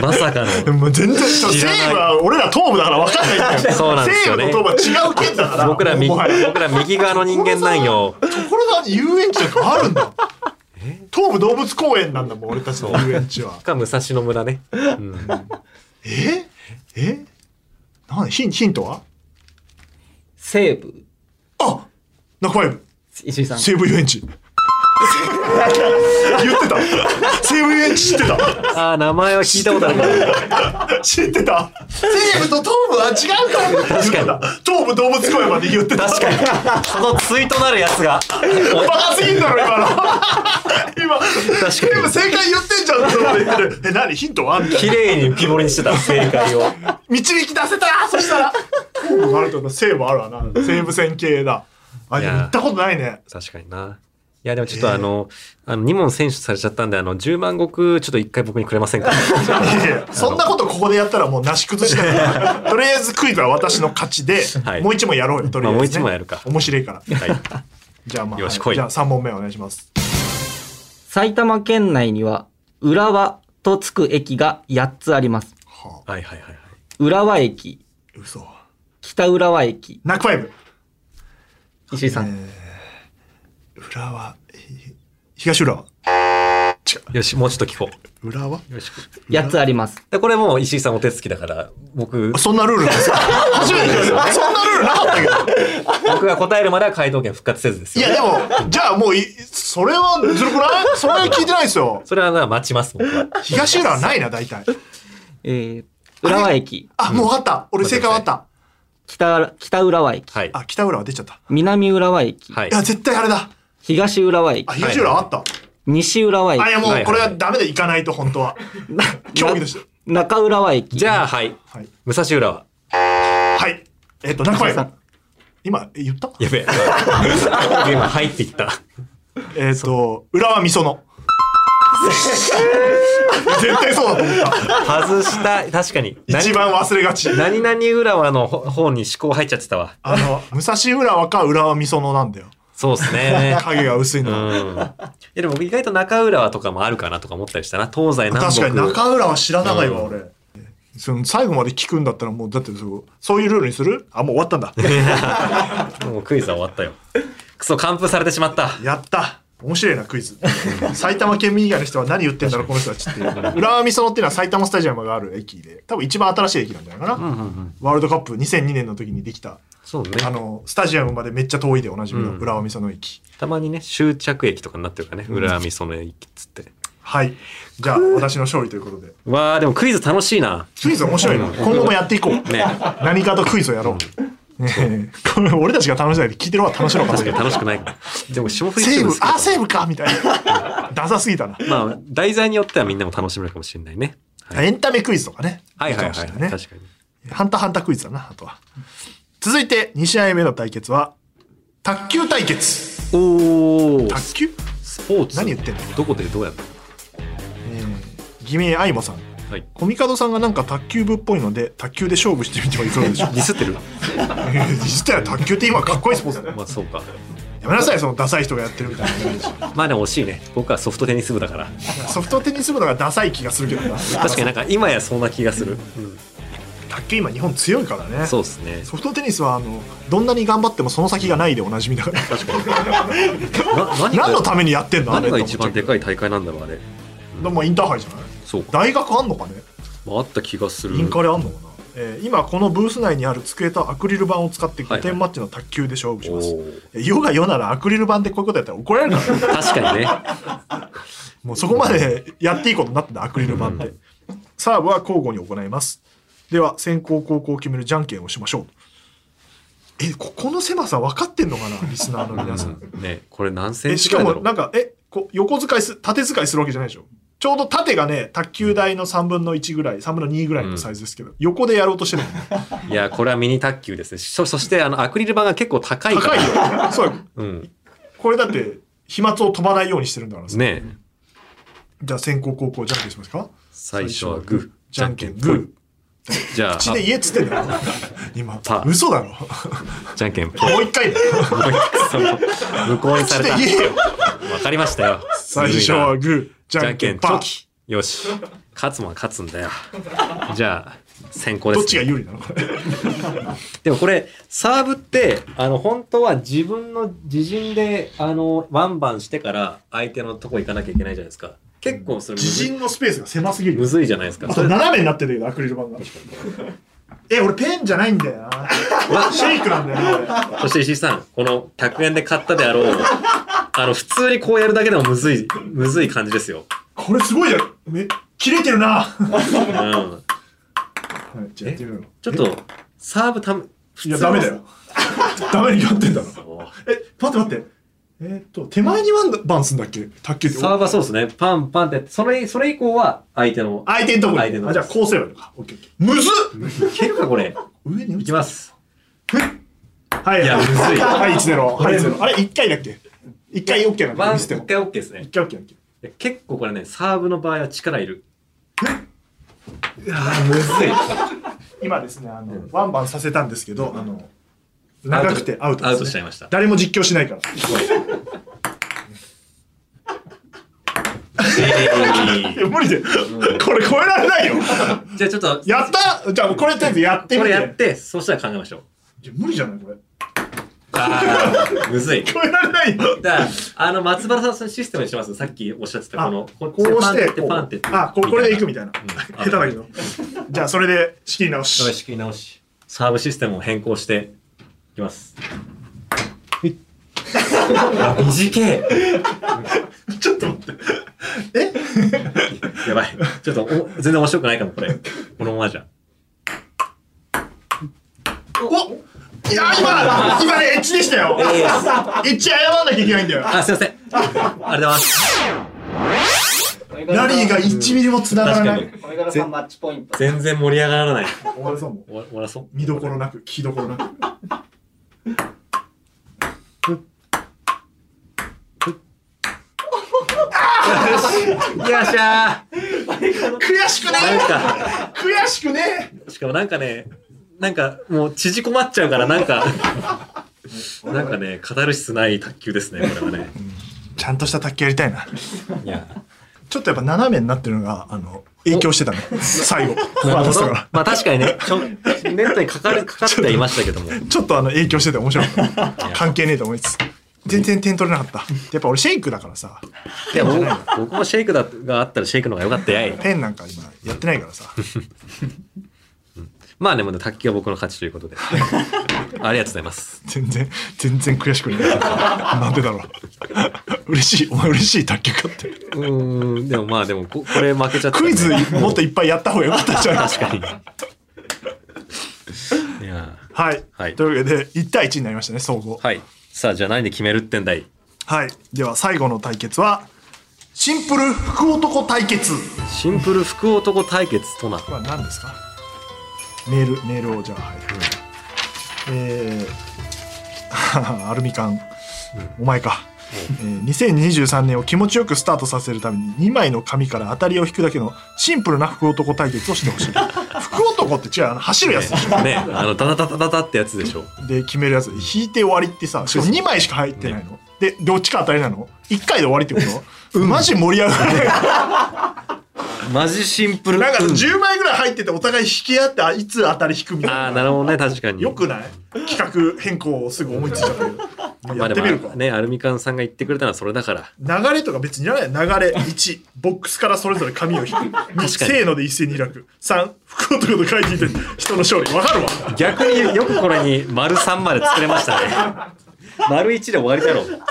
Speaker 2: まさかの。
Speaker 1: もう全然知
Speaker 2: 知らない
Speaker 1: 西部は俺ら東部だから分かんないんだよ。
Speaker 2: そうなんですよね
Speaker 1: 西部と東部は違う県だから。
Speaker 2: 僕ら右、
Speaker 1: もはや
Speaker 2: 僕ら右側の人間なんよ。
Speaker 1: 所沢に遊園地なんかあるんだ。東武動物公園なんだもん、俺たちの遊園地は。
Speaker 2: か、武蔵野村ね。うん。
Speaker 1: ええなんヒンヒントは
Speaker 3: 西武。
Speaker 1: あ中ファイブ。
Speaker 3: 石井さん。
Speaker 1: 西武遊園地。 言ってた。西武遊園地知ってた。
Speaker 2: ああ、名前は聞いたことあるけ ど。
Speaker 1: 知ってた西武と東部は違うから確
Speaker 2: かに
Speaker 1: 東武動物公園まで言ってた
Speaker 2: 確かに。そのツイートなるやつが。
Speaker 1: バカすぎんだろ今 の今
Speaker 2: 確か
Speaker 1: 今
Speaker 2: に。
Speaker 1: 正解言ってんじゃんって思って言ってるえ何ヒントはみたい
Speaker 2: 綺
Speaker 1: な
Speaker 2: 麗に浮き彫りにしてた、正解を。
Speaker 1: 導き出せたそしたら東部があるってことは西武あるわな西武線系だあ
Speaker 2: い
Speaker 1: で
Speaker 2: や
Speaker 1: も行ったことないね
Speaker 2: 確かにな。いや、でもちょっとあの、あの、2問選手されちゃったんで、あの、10万石、ちょっと一回僕にくれませんか
Speaker 1: いやいやそんなことここでやったらもうなし崩したから とりあえずクイズは私の勝ちで、
Speaker 2: はい
Speaker 1: もう一問やろうよとりあえず、ね
Speaker 2: まあもう一問やるか
Speaker 1: 面白いから
Speaker 2: はい。
Speaker 1: じゃあまあ
Speaker 2: よし
Speaker 1: は
Speaker 2: 来
Speaker 1: い
Speaker 2: い
Speaker 1: じゃあ3問目お願いします
Speaker 3: 埼玉県内には、浦和とつく駅が8つあります。
Speaker 1: は
Speaker 2: はいはいはい。
Speaker 3: 浦和駅、
Speaker 1: あ嘘
Speaker 3: 北浦和駅、
Speaker 1: ナックファイブ
Speaker 3: 石井さん。
Speaker 1: 浦和ひ東浦和
Speaker 2: よし、もうちょっと聞こ
Speaker 1: 浦和
Speaker 2: う。よし。
Speaker 3: 8つあります。
Speaker 2: でこれもう石井さんお手つきだから、僕
Speaker 1: あ、そんなルールなんですか初めてですよねそんなルールなかったけど
Speaker 2: 僕が答えるまでは回答権復活せずです
Speaker 1: い
Speaker 2: よ。
Speaker 1: やでもじゃあもういそれはずるくないそれは聞いてないですよ
Speaker 2: それはな、待ちます、僕は。
Speaker 1: 東浦和ないな大体
Speaker 3: えー、浦和駅、
Speaker 1: あもうあった俺正解はあった
Speaker 3: 北、北浦和駅、
Speaker 2: はい。
Speaker 1: あ北浦和出ちゃった
Speaker 3: 南浦和駅、
Speaker 2: はい
Speaker 1: い。や絶対あれだ
Speaker 3: 東浦和駅
Speaker 1: あ、東浦和あった
Speaker 3: 西浦和駅
Speaker 1: あい、やも
Speaker 2: はいう
Speaker 1: これはダメで行かないと本当は競技として
Speaker 3: な中浦和駅、
Speaker 2: じゃあ、はい。
Speaker 1: はい
Speaker 2: 武蔵浦和。
Speaker 1: はいえっと中
Speaker 3: 石井
Speaker 1: 林
Speaker 3: さん
Speaker 1: 今言った
Speaker 2: やべえ。今、入っていった。
Speaker 1: えっと浦和美園絶対そうだと思った
Speaker 2: 外した、確かに。
Speaker 1: 一番忘れがち
Speaker 2: 何々浦和の方に思考入っちゃってたわ。
Speaker 1: あの、武蔵浦和か浦和美園なんだよ。
Speaker 2: そうですね。
Speaker 1: 影が薄いの
Speaker 2: う
Speaker 1: は。
Speaker 2: ん。いやでも僕意外と中浦和とかもあるかなとか思ったりしたな。東西南
Speaker 1: 確
Speaker 2: 北。
Speaker 1: かに中浦は知らないわ、
Speaker 2: うん
Speaker 1: 俺。その最後まで聞くんだったらもうだってそうそういうルールにするあもう終わったんだ
Speaker 2: もうクイズは終わったよ。クソ、完封されてしまった。
Speaker 1: やった面白いなクイズ埼玉県民以外の人は何言ってんだろうこの人たちっていう浦和美園っていうのは埼玉スタジアムがある駅で多分一番新しい駅なんじゃないかな、ワールドカップ2002年の時にできた
Speaker 2: そうね。
Speaker 1: あのスタジアムまでめっちゃ遠いでおなじみの浦和美園駅、
Speaker 2: たまにね、終着駅とかになってるからね。浦和美園駅っつって。
Speaker 1: はいじ ゃあ私の勝利ということで
Speaker 2: わあでもクイズ楽しいな。
Speaker 1: クイズ面白いな今後もやっていこう、
Speaker 2: ね。
Speaker 1: 何かとクイズをやろう。ねえ、これ俺たちが楽しいだけで聞いてる方が楽しいのかもし
Speaker 2: 確か
Speaker 1: れな
Speaker 2: に
Speaker 1: い。
Speaker 2: 楽しくないから。でも、霜降りチ
Speaker 1: セ
Speaker 2: ー
Speaker 1: ー
Speaker 2: ム
Speaker 1: ブ
Speaker 2: 好き、だ
Speaker 1: あ、セーブかみたい な。ダサすぎたな。
Speaker 2: まあ、題材によってはみんなも楽しめるかもしれないね。はい
Speaker 1: エンタメクイズとかね。
Speaker 2: はいはい
Speaker 1: いいか
Speaker 2: は
Speaker 1: もしれ
Speaker 2: い。
Speaker 1: ないね
Speaker 2: 確かに。
Speaker 1: ハンターハンタークイズだな、あとは。続いて、2試合目の対決は、卓球対決。
Speaker 2: おお。
Speaker 1: 卓球
Speaker 2: スポーツ。
Speaker 1: 何言ってんの
Speaker 2: どこでどうやるの
Speaker 1: えー、偽名あいもさん。
Speaker 2: はい。
Speaker 1: コミカドさんがなんか卓球部っぽいので、卓球で勝負してみてはいかがでしょう
Speaker 2: ディスってる
Speaker 1: か。 実際は卓球って今かっこいいスポーツだよ。
Speaker 2: まあそうか。
Speaker 1: やめなさい、そのダサい人がやってるみたいなイメージ。
Speaker 2: まあでも惜しいね。僕はソフトテニス部だから。
Speaker 1: ソフトテニス部のがダサい気がするけどな。
Speaker 2: 確かになんか今やそんな気がする。
Speaker 1: 卓球今日本強いからね
Speaker 2: そうですね。
Speaker 1: ソフトテニスはあのどんなに頑張ってもその先がないでおなじみだから
Speaker 2: な何
Speaker 1: 何の
Speaker 2: が
Speaker 1: ためにやってんのあれ
Speaker 2: 何
Speaker 1: と
Speaker 2: が一
Speaker 1: 思っ
Speaker 2: 番
Speaker 1: ちゃ
Speaker 2: で
Speaker 1: う
Speaker 2: かい大会なんだろうあれ。
Speaker 1: でもインターハイじゃない
Speaker 2: そうか。
Speaker 1: 大学あんのかね
Speaker 2: まああった気がする。
Speaker 1: インカレあんのかな、えー今このブース内にある机とアクリル板を使って
Speaker 2: はい
Speaker 1: 5点マッチの卓球で勝負し
Speaker 2: お
Speaker 1: ます、
Speaker 2: ー
Speaker 1: 世が世ならアクリル板でこういうことやったら怒られるからね
Speaker 2: 確か にね。
Speaker 1: もうそこまでやっていいことになってんだアクリル板って、サーブは交互に行いますでは先攻後攻を決めるじゃんけんをしましょうえここの狭さ分かってんのかなリスナーの皆さん
Speaker 2: ね、これ何セ
Speaker 1: え
Speaker 2: ン
Speaker 1: し
Speaker 2: チ
Speaker 1: か
Speaker 2: ぐらいだ
Speaker 1: も
Speaker 2: ろ
Speaker 1: な
Speaker 2: う
Speaker 1: んかえこう横使いす縦使いするわけじゃないでしょちょうど縦がね、卓球台の3分の1ぐらい、3分の2ぐらいのサイズですけど、横でやろうとしてるのね
Speaker 2: いや、これはミニ卓球ですね。そそして、あの、アクリル板が結構高いか
Speaker 1: 高
Speaker 2: ら。
Speaker 1: い よ。そうよ
Speaker 2: うん。
Speaker 1: これだって、飛沫を飛ばないようにしてるんだからさ。
Speaker 2: ねえ
Speaker 1: じゃあ先攻後攻じゃんけんしますか
Speaker 2: 最初はグー、
Speaker 1: じゃんけん
Speaker 2: ぽい
Speaker 1: グ
Speaker 2: じ
Speaker 1: ー。
Speaker 2: ゃあ、
Speaker 1: 口で言えっつってんだよ。今
Speaker 2: パ。ー
Speaker 1: 嘘だろ。も
Speaker 2: あじゃんけんぽい。
Speaker 1: う一回だよ。
Speaker 2: もう一回その無効にさ
Speaker 1: 口
Speaker 2: れ
Speaker 1: で
Speaker 2: た。
Speaker 1: 言えよ。
Speaker 2: わかりましたよ。
Speaker 1: 最初はグー、じ
Speaker 2: ずるいな、じ
Speaker 1: ゃ
Speaker 2: ゃ
Speaker 1: ん
Speaker 2: ん
Speaker 1: け
Speaker 2: け
Speaker 1: ん
Speaker 2: ん、
Speaker 1: パ
Speaker 2: チョ
Speaker 1: ー。
Speaker 2: キ。よし。勝つもんは勝つんだよ。じゃあ、先行で
Speaker 1: どっ
Speaker 2: す、
Speaker 1: ちが
Speaker 2: ね。
Speaker 1: 有利なのこれ。
Speaker 2: でもこれ、サーブって、あの、本当は自分の自陣で、あの、ワンバンしてから相手のとこ行かなきゃいけないじゃないですか。結構それむ
Speaker 1: 自
Speaker 2: ず、
Speaker 1: 陣のスペースが狭すぎ
Speaker 2: む
Speaker 1: る。
Speaker 2: ずいじゃないですか。
Speaker 1: あ
Speaker 2: そ
Speaker 1: と
Speaker 2: れ
Speaker 1: 斜めになってるけど、アクリル板が。え、俺ペンじゃないんだよな。シェイクなんだよな、俺。
Speaker 2: そして石井さん、この100円で買ったであろう、あの、普通にこうやるだけでもむずい、むずい感じですよ。
Speaker 1: これすごいじゃん。め切れてるな。
Speaker 2: うん。
Speaker 1: はいじゃあやってみよう。
Speaker 2: ちょっと、サーブため、
Speaker 1: いや、ダメだよ。ダメに決まってんだろ。
Speaker 2: そう。
Speaker 1: え、待って待って。えーっと、手前にワンバンすんだっけ卓球って。
Speaker 2: サーブはそうですね。パンパンって、それ、それ以降は相手の。
Speaker 1: 相手のとこに。
Speaker 2: 相手の
Speaker 1: あ、じゃあこうすればいいのか。オッケーオッケー。むずっ
Speaker 2: いけるか、これ。
Speaker 1: 上に打
Speaker 2: い
Speaker 1: つ
Speaker 2: きます。
Speaker 1: はい。
Speaker 2: いやむずい
Speaker 1: はい、1-0。はい、1-0。あれ、1回だっけ ?1 回 OK なの
Speaker 2: ワ
Speaker 1: か
Speaker 2: ン、
Speaker 1: 見せ
Speaker 2: 一
Speaker 1: て
Speaker 2: 回
Speaker 1: も。
Speaker 2: OK ですね
Speaker 1: 1。回 OK だっけ
Speaker 2: いや結構これね、サーブの場合は力いる。いやー、むずい。
Speaker 1: 今ですね、あの、ワンバンさせたんですけど、あの、
Speaker 2: アウ
Speaker 1: 長
Speaker 2: ト
Speaker 1: くてアウトで
Speaker 2: アウ
Speaker 1: すね
Speaker 2: トしちゃいました。
Speaker 1: 誰も実況しないから。いや、無理で。これ超えられないよ。
Speaker 2: じゃあちょっと、
Speaker 1: やったじゃあ、これとりあえずやってみ
Speaker 2: こ
Speaker 1: て。
Speaker 2: れやって、そうしたら考えましょう。
Speaker 1: いや無理じゃない、これ。
Speaker 2: あー、むずい。
Speaker 1: 超えられないよ。
Speaker 2: だからあの松原さんのシステムにしますさっきおっしゃってた
Speaker 1: あ
Speaker 2: このこっ
Speaker 1: こ
Speaker 2: ちで
Speaker 1: う
Speaker 2: パン
Speaker 1: し
Speaker 2: っててパンってって
Speaker 1: あここれでいくみ
Speaker 2: た
Speaker 1: たいな、
Speaker 2: ん
Speaker 1: 下手だけどじゃあそれで仕切り直
Speaker 2: いなよ
Speaker 1: し
Speaker 2: し切り直しサーブシステムを変更していきますあ短え
Speaker 1: ちょっと待ってえ
Speaker 2: やばいちょっとお全然面白くないかもこれこのままじゃ
Speaker 1: おいや今今ねエッチでしたよエッチ謝らなきゃいけないんだよ
Speaker 2: あすいませんありがとうございます
Speaker 1: ラリーが1ミリも繋が らない
Speaker 2: 確
Speaker 3: これからさんマッチポイント。
Speaker 2: 全然盛り上がらない
Speaker 1: 終わりそうも
Speaker 2: 終わ終わらそう
Speaker 1: 見どころなく聞きどころなく
Speaker 2: よっしゃー
Speaker 1: 悔しくね
Speaker 2: なんか
Speaker 1: え悔しくね
Speaker 2: しかもなんかねなんかもう縮こまっちゃうからなんかなんかねカタルシスない卓球ですねこれはね
Speaker 1: ちゃんとした卓球やりたいない
Speaker 2: や
Speaker 1: ちょっとやっぱ斜めになってるのがあの影響してたね 最後
Speaker 2: なる
Speaker 1: 渡
Speaker 2: ほ
Speaker 1: し
Speaker 2: ど
Speaker 1: たから。
Speaker 2: まあ確かにね、ちょネットにかかる、かかってはいましたけども。
Speaker 1: ちょっとあの影響してて面白かった関係ねえと思いつつ全然点取れなかったやっぱ俺シェイクだからさ
Speaker 2: でも、僕もシェイクだがあったらシェイクの方が良かったやい。
Speaker 1: ペンなんか今やってないからさ。
Speaker 2: まあでもね、卓球は僕の勝ちということで。ありがとうございます。
Speaker 1: 全然、全然悔しくない。 なんでだろう。嬉しい。お前嬉しい卓球勝ってる。
Speaker 2: うーん、でもまあでもこ、これ負けちゃったん
Speaker 1: ク
Speaker 2: で。
Speaker 1: イズもっといっぱいやった方がよかったんじゃないですか。
Speaker 2: 確かに。いや
Speaker 1: はい、
Speaker 2: はい
Speaker 1: というわけで、1対1になりましたね、総合。
Speaker 2: ーはい。さあ、じゃあ何で決めるってんだい
Speaker 1: はい。では、最後の対決は、シンプル福男対決。
Speaker 2: シンプル福男対決とな。
Speaker 1: これは何ですかメール、メールをじゃあ、はい。えー アルミ缶、お前か。えー2023年を気持ちよくスタートさせるために2枚の紙から当たりを引くだけのシンプルな福男対決をしてほ しい福男って違うあの走るやつでしょ
Speaker 2: ね、あの、ダダダダダダってやつでしょ。
Speaker 1: で決めるやつ引いて終わりってさしかも2枚しか入ってないの、でどっちか当たりなの1回で終わりってこと、マジ盛り上がる
Speaker 2: マジシンプル。
Speaker 1: なんか
Speaker 2: うん
Speaker 1: 10枚ぐらい入っててお互い引き合ってあいつ当たり引くみたい
Speaker 2: あ
Speaker 1: な
Speaker 2: あ、なるほどね、確かに。
Speaker 1: よくない企画変更をすぐ思いついちゃったけど
Speaker 2: ま
Speaker 1: や
Speaker 2: あ
Speaker 1: っ
Speaker 2: で
Speaker 1: て
Speaker 2: も
Speaker 1: みるか、
Speaker 2: ね、アルミカンさんが言ってくれたのはそれだから。
Speaker 1: 流れとか別にいらない流 れ1ボックスからそれぞれ紙を引く2せーので一斉に開く3福男と書いていて人の勝利わかるわ
Speaker 2: 逆によくこれに丸三まで作れましたね。丸一で終わりだろう。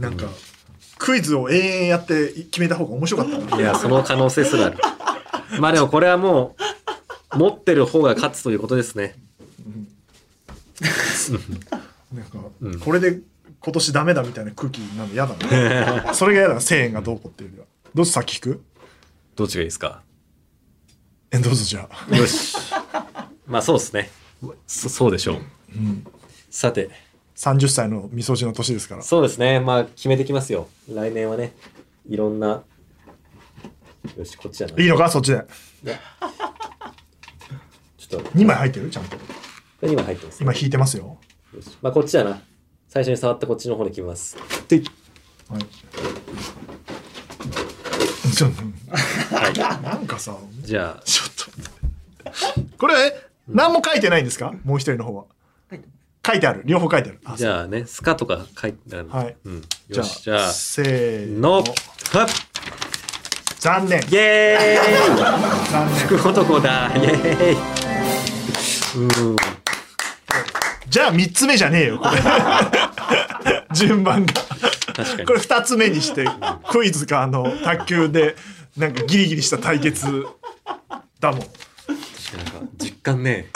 Speaker 1: なんかクイズを永遠やって決めた方が面白かったない
Speaker 2: や、その可能性すらある。まあでもこれはもう、持ってる方が勝つということですね。
Speaker 1: なんか これで今年ダメだみたいな空気なの嫌だなそれが嫌だな1000円がどうこうっていうよりはどうぞ先聞く
Speaker 2: どっちがいいですか
Speaker 1: え、どうぞじゃあ。
Speaker 2: よし。 まあそうですね。そそうでしょう。さて、
Speaker 1: 30歳の味噌汁の年ですから。
Speaker 2: そうですね。まあ決めてきますよ。来年はね、いろんな。よし、こっちじゃない
Speaker 1: い。のかそっちで。
Speaker 2: ちょっと、
Speaker 1: 2枚入ってるちゃんと。
Speaker 2: 今入ってます。
Speaker 1: 今引いてますよ。
Speaker 2: よしまあこっちだな。最初に触ったこっちの方に決めます。で、
Speaker 1: はい。ちょっと、
Speaker 2: はい。
Speaker 1: なんかさ、
Speaker 2: じゃあ、
Speaker 1: ちょっと。これ、え何も書いてないんですかもう一人の方は。書いてある。両方書いてある。あ
Speaker 2: じゃあね、スカとか書いてある。
Speaker 1: はい
Speaker 2: うん。
Speaker 1: じ
Speaker 2: よ
Speaker 1: ゃあ、
Speaker 2: し、じゃあ、
Speaker 1: せー
Speaker 2: の、は
Speaker 1: の
Speaker 2: っ。
Speaker 1: 残念。
Speaker 2: イェーイ
Speaker 1: 残念。
Speaker 2: 福男だイェーイうん。
Speaker 1: じゃあ3つ目じゃねえよ、これ。 順番が。
Speaker 2: 確かに
Speaker 1: これ2つ目にして、クイズか、あの、卓球で、なんかギリギリした対決だもん。
Speaker 2: なんか実感ね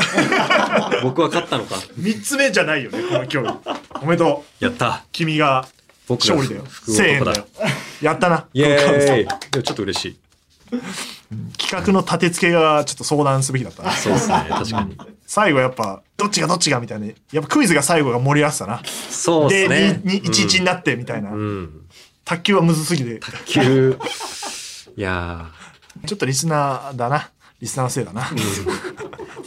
Speaker 2: 僕は勝ったのか
Speaker 1: 3つ目じゃないよね、この競技。おめでとう。
Speaker 2: やった
Speaker 1: 君が
Speaker 2: 僕が
Speaker 1: 勝利だよ。
Speaker 2: 福
Speaker 1: 1000円だ
Speaker 2: 男だ
Speaker 1: よ。やったな。
Speaker 2: イエーイでもちょっと嬉しい
Speaker 1: 企画の立て付けがちょっと相談すべきだったな。
Speaker 2: そうで すね確かに
Speaker 1: 最後やっぱ、どっちがどっちがみたいな。やっぱクイズが最後が盛り上がってたな。
Speaker 2: そうで
Speaker 1: で、
Speaker 2: すね
Speaker 1: にに11になってみたいな
Speaker 2: う。ん
Speaker 1: 卓球はむずすぎて、
Speaker 2: 急いや
Speaker 1: ちょっとリスナーだな。リスナーのせいだな。
Speaker 2: ー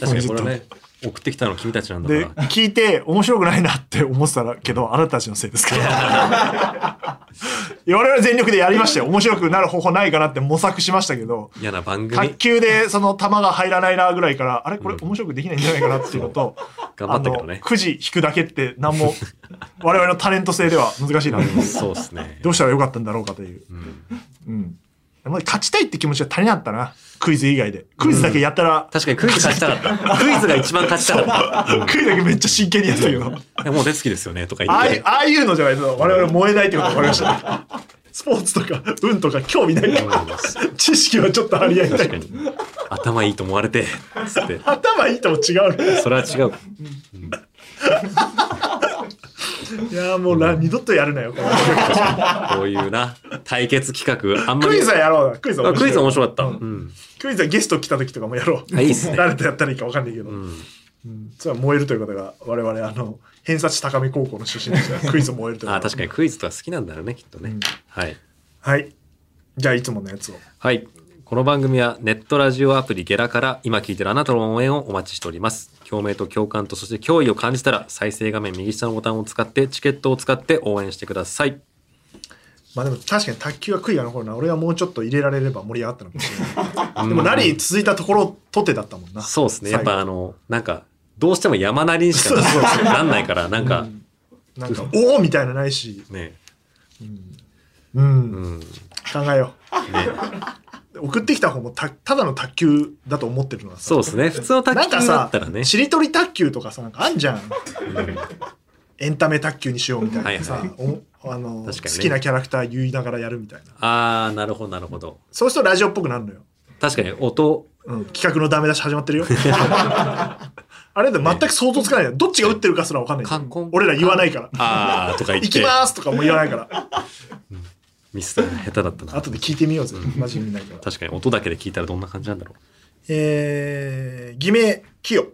Speaker 2: 確かにこれね送ってきたの君たちなんだ
Speaker 1: で
Speaker 2: から
Speaker 1: 聞いて面白くないなって思ってたけどあなたたちのせいですからいや我々全力でやりましたよ面白くなる方法ないかなって模索しましたけど
Speaker 2: 嫌な番組
Speaker 1: 卓球でその球が入らないなぐらいからあれこれ
Speaker 2: うん
Speaker 1: 面白くできないんじゃないかなっていうのと、
Speaker 2: 頑張
Speaker 1: あ
Speaker 2: ったけ
Speaker 1: の
Speaker 2: どね
Speaker 1: くじ引くだけって何も 我々のタレント性では難しいなと
Speaker 2: うんそうですね
Speaker 1: どうしたらよかったんだろうかという、
Speaker 2: うん
Speaker 1: うん、まあ勝ちたいって気持ちは足りなかったなクイズ以外でクイズだけやったら、
Speaker 2: 確かにクイズ勝ちたかったクイズが一番勝ちたかっ
Speaker 1: クイズだけめっちゃ真剣にやったけど。
Speaker 2: たいやもう大好きですよねとか言
Speaker 1: ああ
Speaker 2: っ
Speaker 1: いう
Speaker 2: て、
Speaker 1: ああいうのじゃないと、我々燃えないってことが分かりました。スポーツとか、運とか、興味ないから。知識はちょっと張り合いた
Speaker 2: 確か
Speaker 1: い。
Speaker 2: に頭いいと思われてつって
Speaker 1: 頭いいとも違うね。
Speaker 2: それは違 う
Speaker 1: いやーもうな、二度とやるなよ、これ
Speaker 2: こういうな対決企画あんま
Speaker 1: ク
Speaker 2: り
Speaker 1: イズはやろうな。クイズは
Speaker 2: あ
Speaker 1: 面白い
Speaker 2: クイズ面白かった。うん。
Speaker 1: クイズはゲスト来た時とかもやろう。
Speaker 2: あいいっすね
Speaker 1: 誰とやったらいいか分かんないけど。
Speaker 2: うん。
Speaker 1: それは燃えるということが、我々、あの、偏差値高め高校の出身ですから、クイズ燃えるということ
Speaker 2: あ、確かにクイズとか好きなんだろうね、きっとね。はい。
Speaker 1: はい。じゃあ、いつものやつを。
Speaker 2: はい。この番組はネットラジオアプリゲラから今聞いてるあなたの応援をお待ちしております。共鳴と共感とそして脅威を感じたら再生画面右下のボタンを使ってチケットを使って応援してください。
Speaker 1: まあでも確かに卓球は悔いが残るな。俺はもうちょっと入れられれば盛り上がったのかもしれない。でもラリー続いたところとてだったもんな。
Speaker 2: そうですね。やっぱあ
Speaker 1: 最
Speaker 2: の、なんか、どうしても山なりにしかなんないから、なんか、
Speaker 1: 後なんか、おおみたいなないし、
Speaker 2: ね。
Speaker 1: うん、
Speaker 2: うん。
Speaker 1: 考えよう。 送ってきた方もたただの卓球だと思ってるのはさ。
Speaker 2: そうですね。普通の
Speaker 1: なんか
Speaker 2: 卓球だ
Speaker 1: さ
Speaker 2: ったらね、。
Speaker 1: しりとり卓球とかさ、なんかあんじゃ ん。エンタメ卓球にしようみたいなさ、
Speaker 2: はい
Speaker 1: おあの
Speaker 2: 確かにね
Speaker 1: 好きなキャラクター言いながらやるみたいな。
Speaker 2: あー、なるほど、なるほど。
Speaker 1: そうするとラジオっぽくなるのよ。
Speaker 2: 確かに音、
Speaker 1: うん、企画のダメ出し始まって るよ。あれで全く想像つかないよ。どっちが打ってるかすら分かんない
Speaker 2: 冠婚。
Speaker 1: 俺ら言わないから。
Speaker 2: あーとか言って。
Speaker 1: 行きますとかも言わないから。
Speaker 2: ミスター下手だったな。
Speaker 1: 後で聞いてみようぜ。マジで見ないから。
Speaker 2: 確かに音だけで聞いたらどんな感じなんだろ
Speaker 1: えー、偽名、キヨ。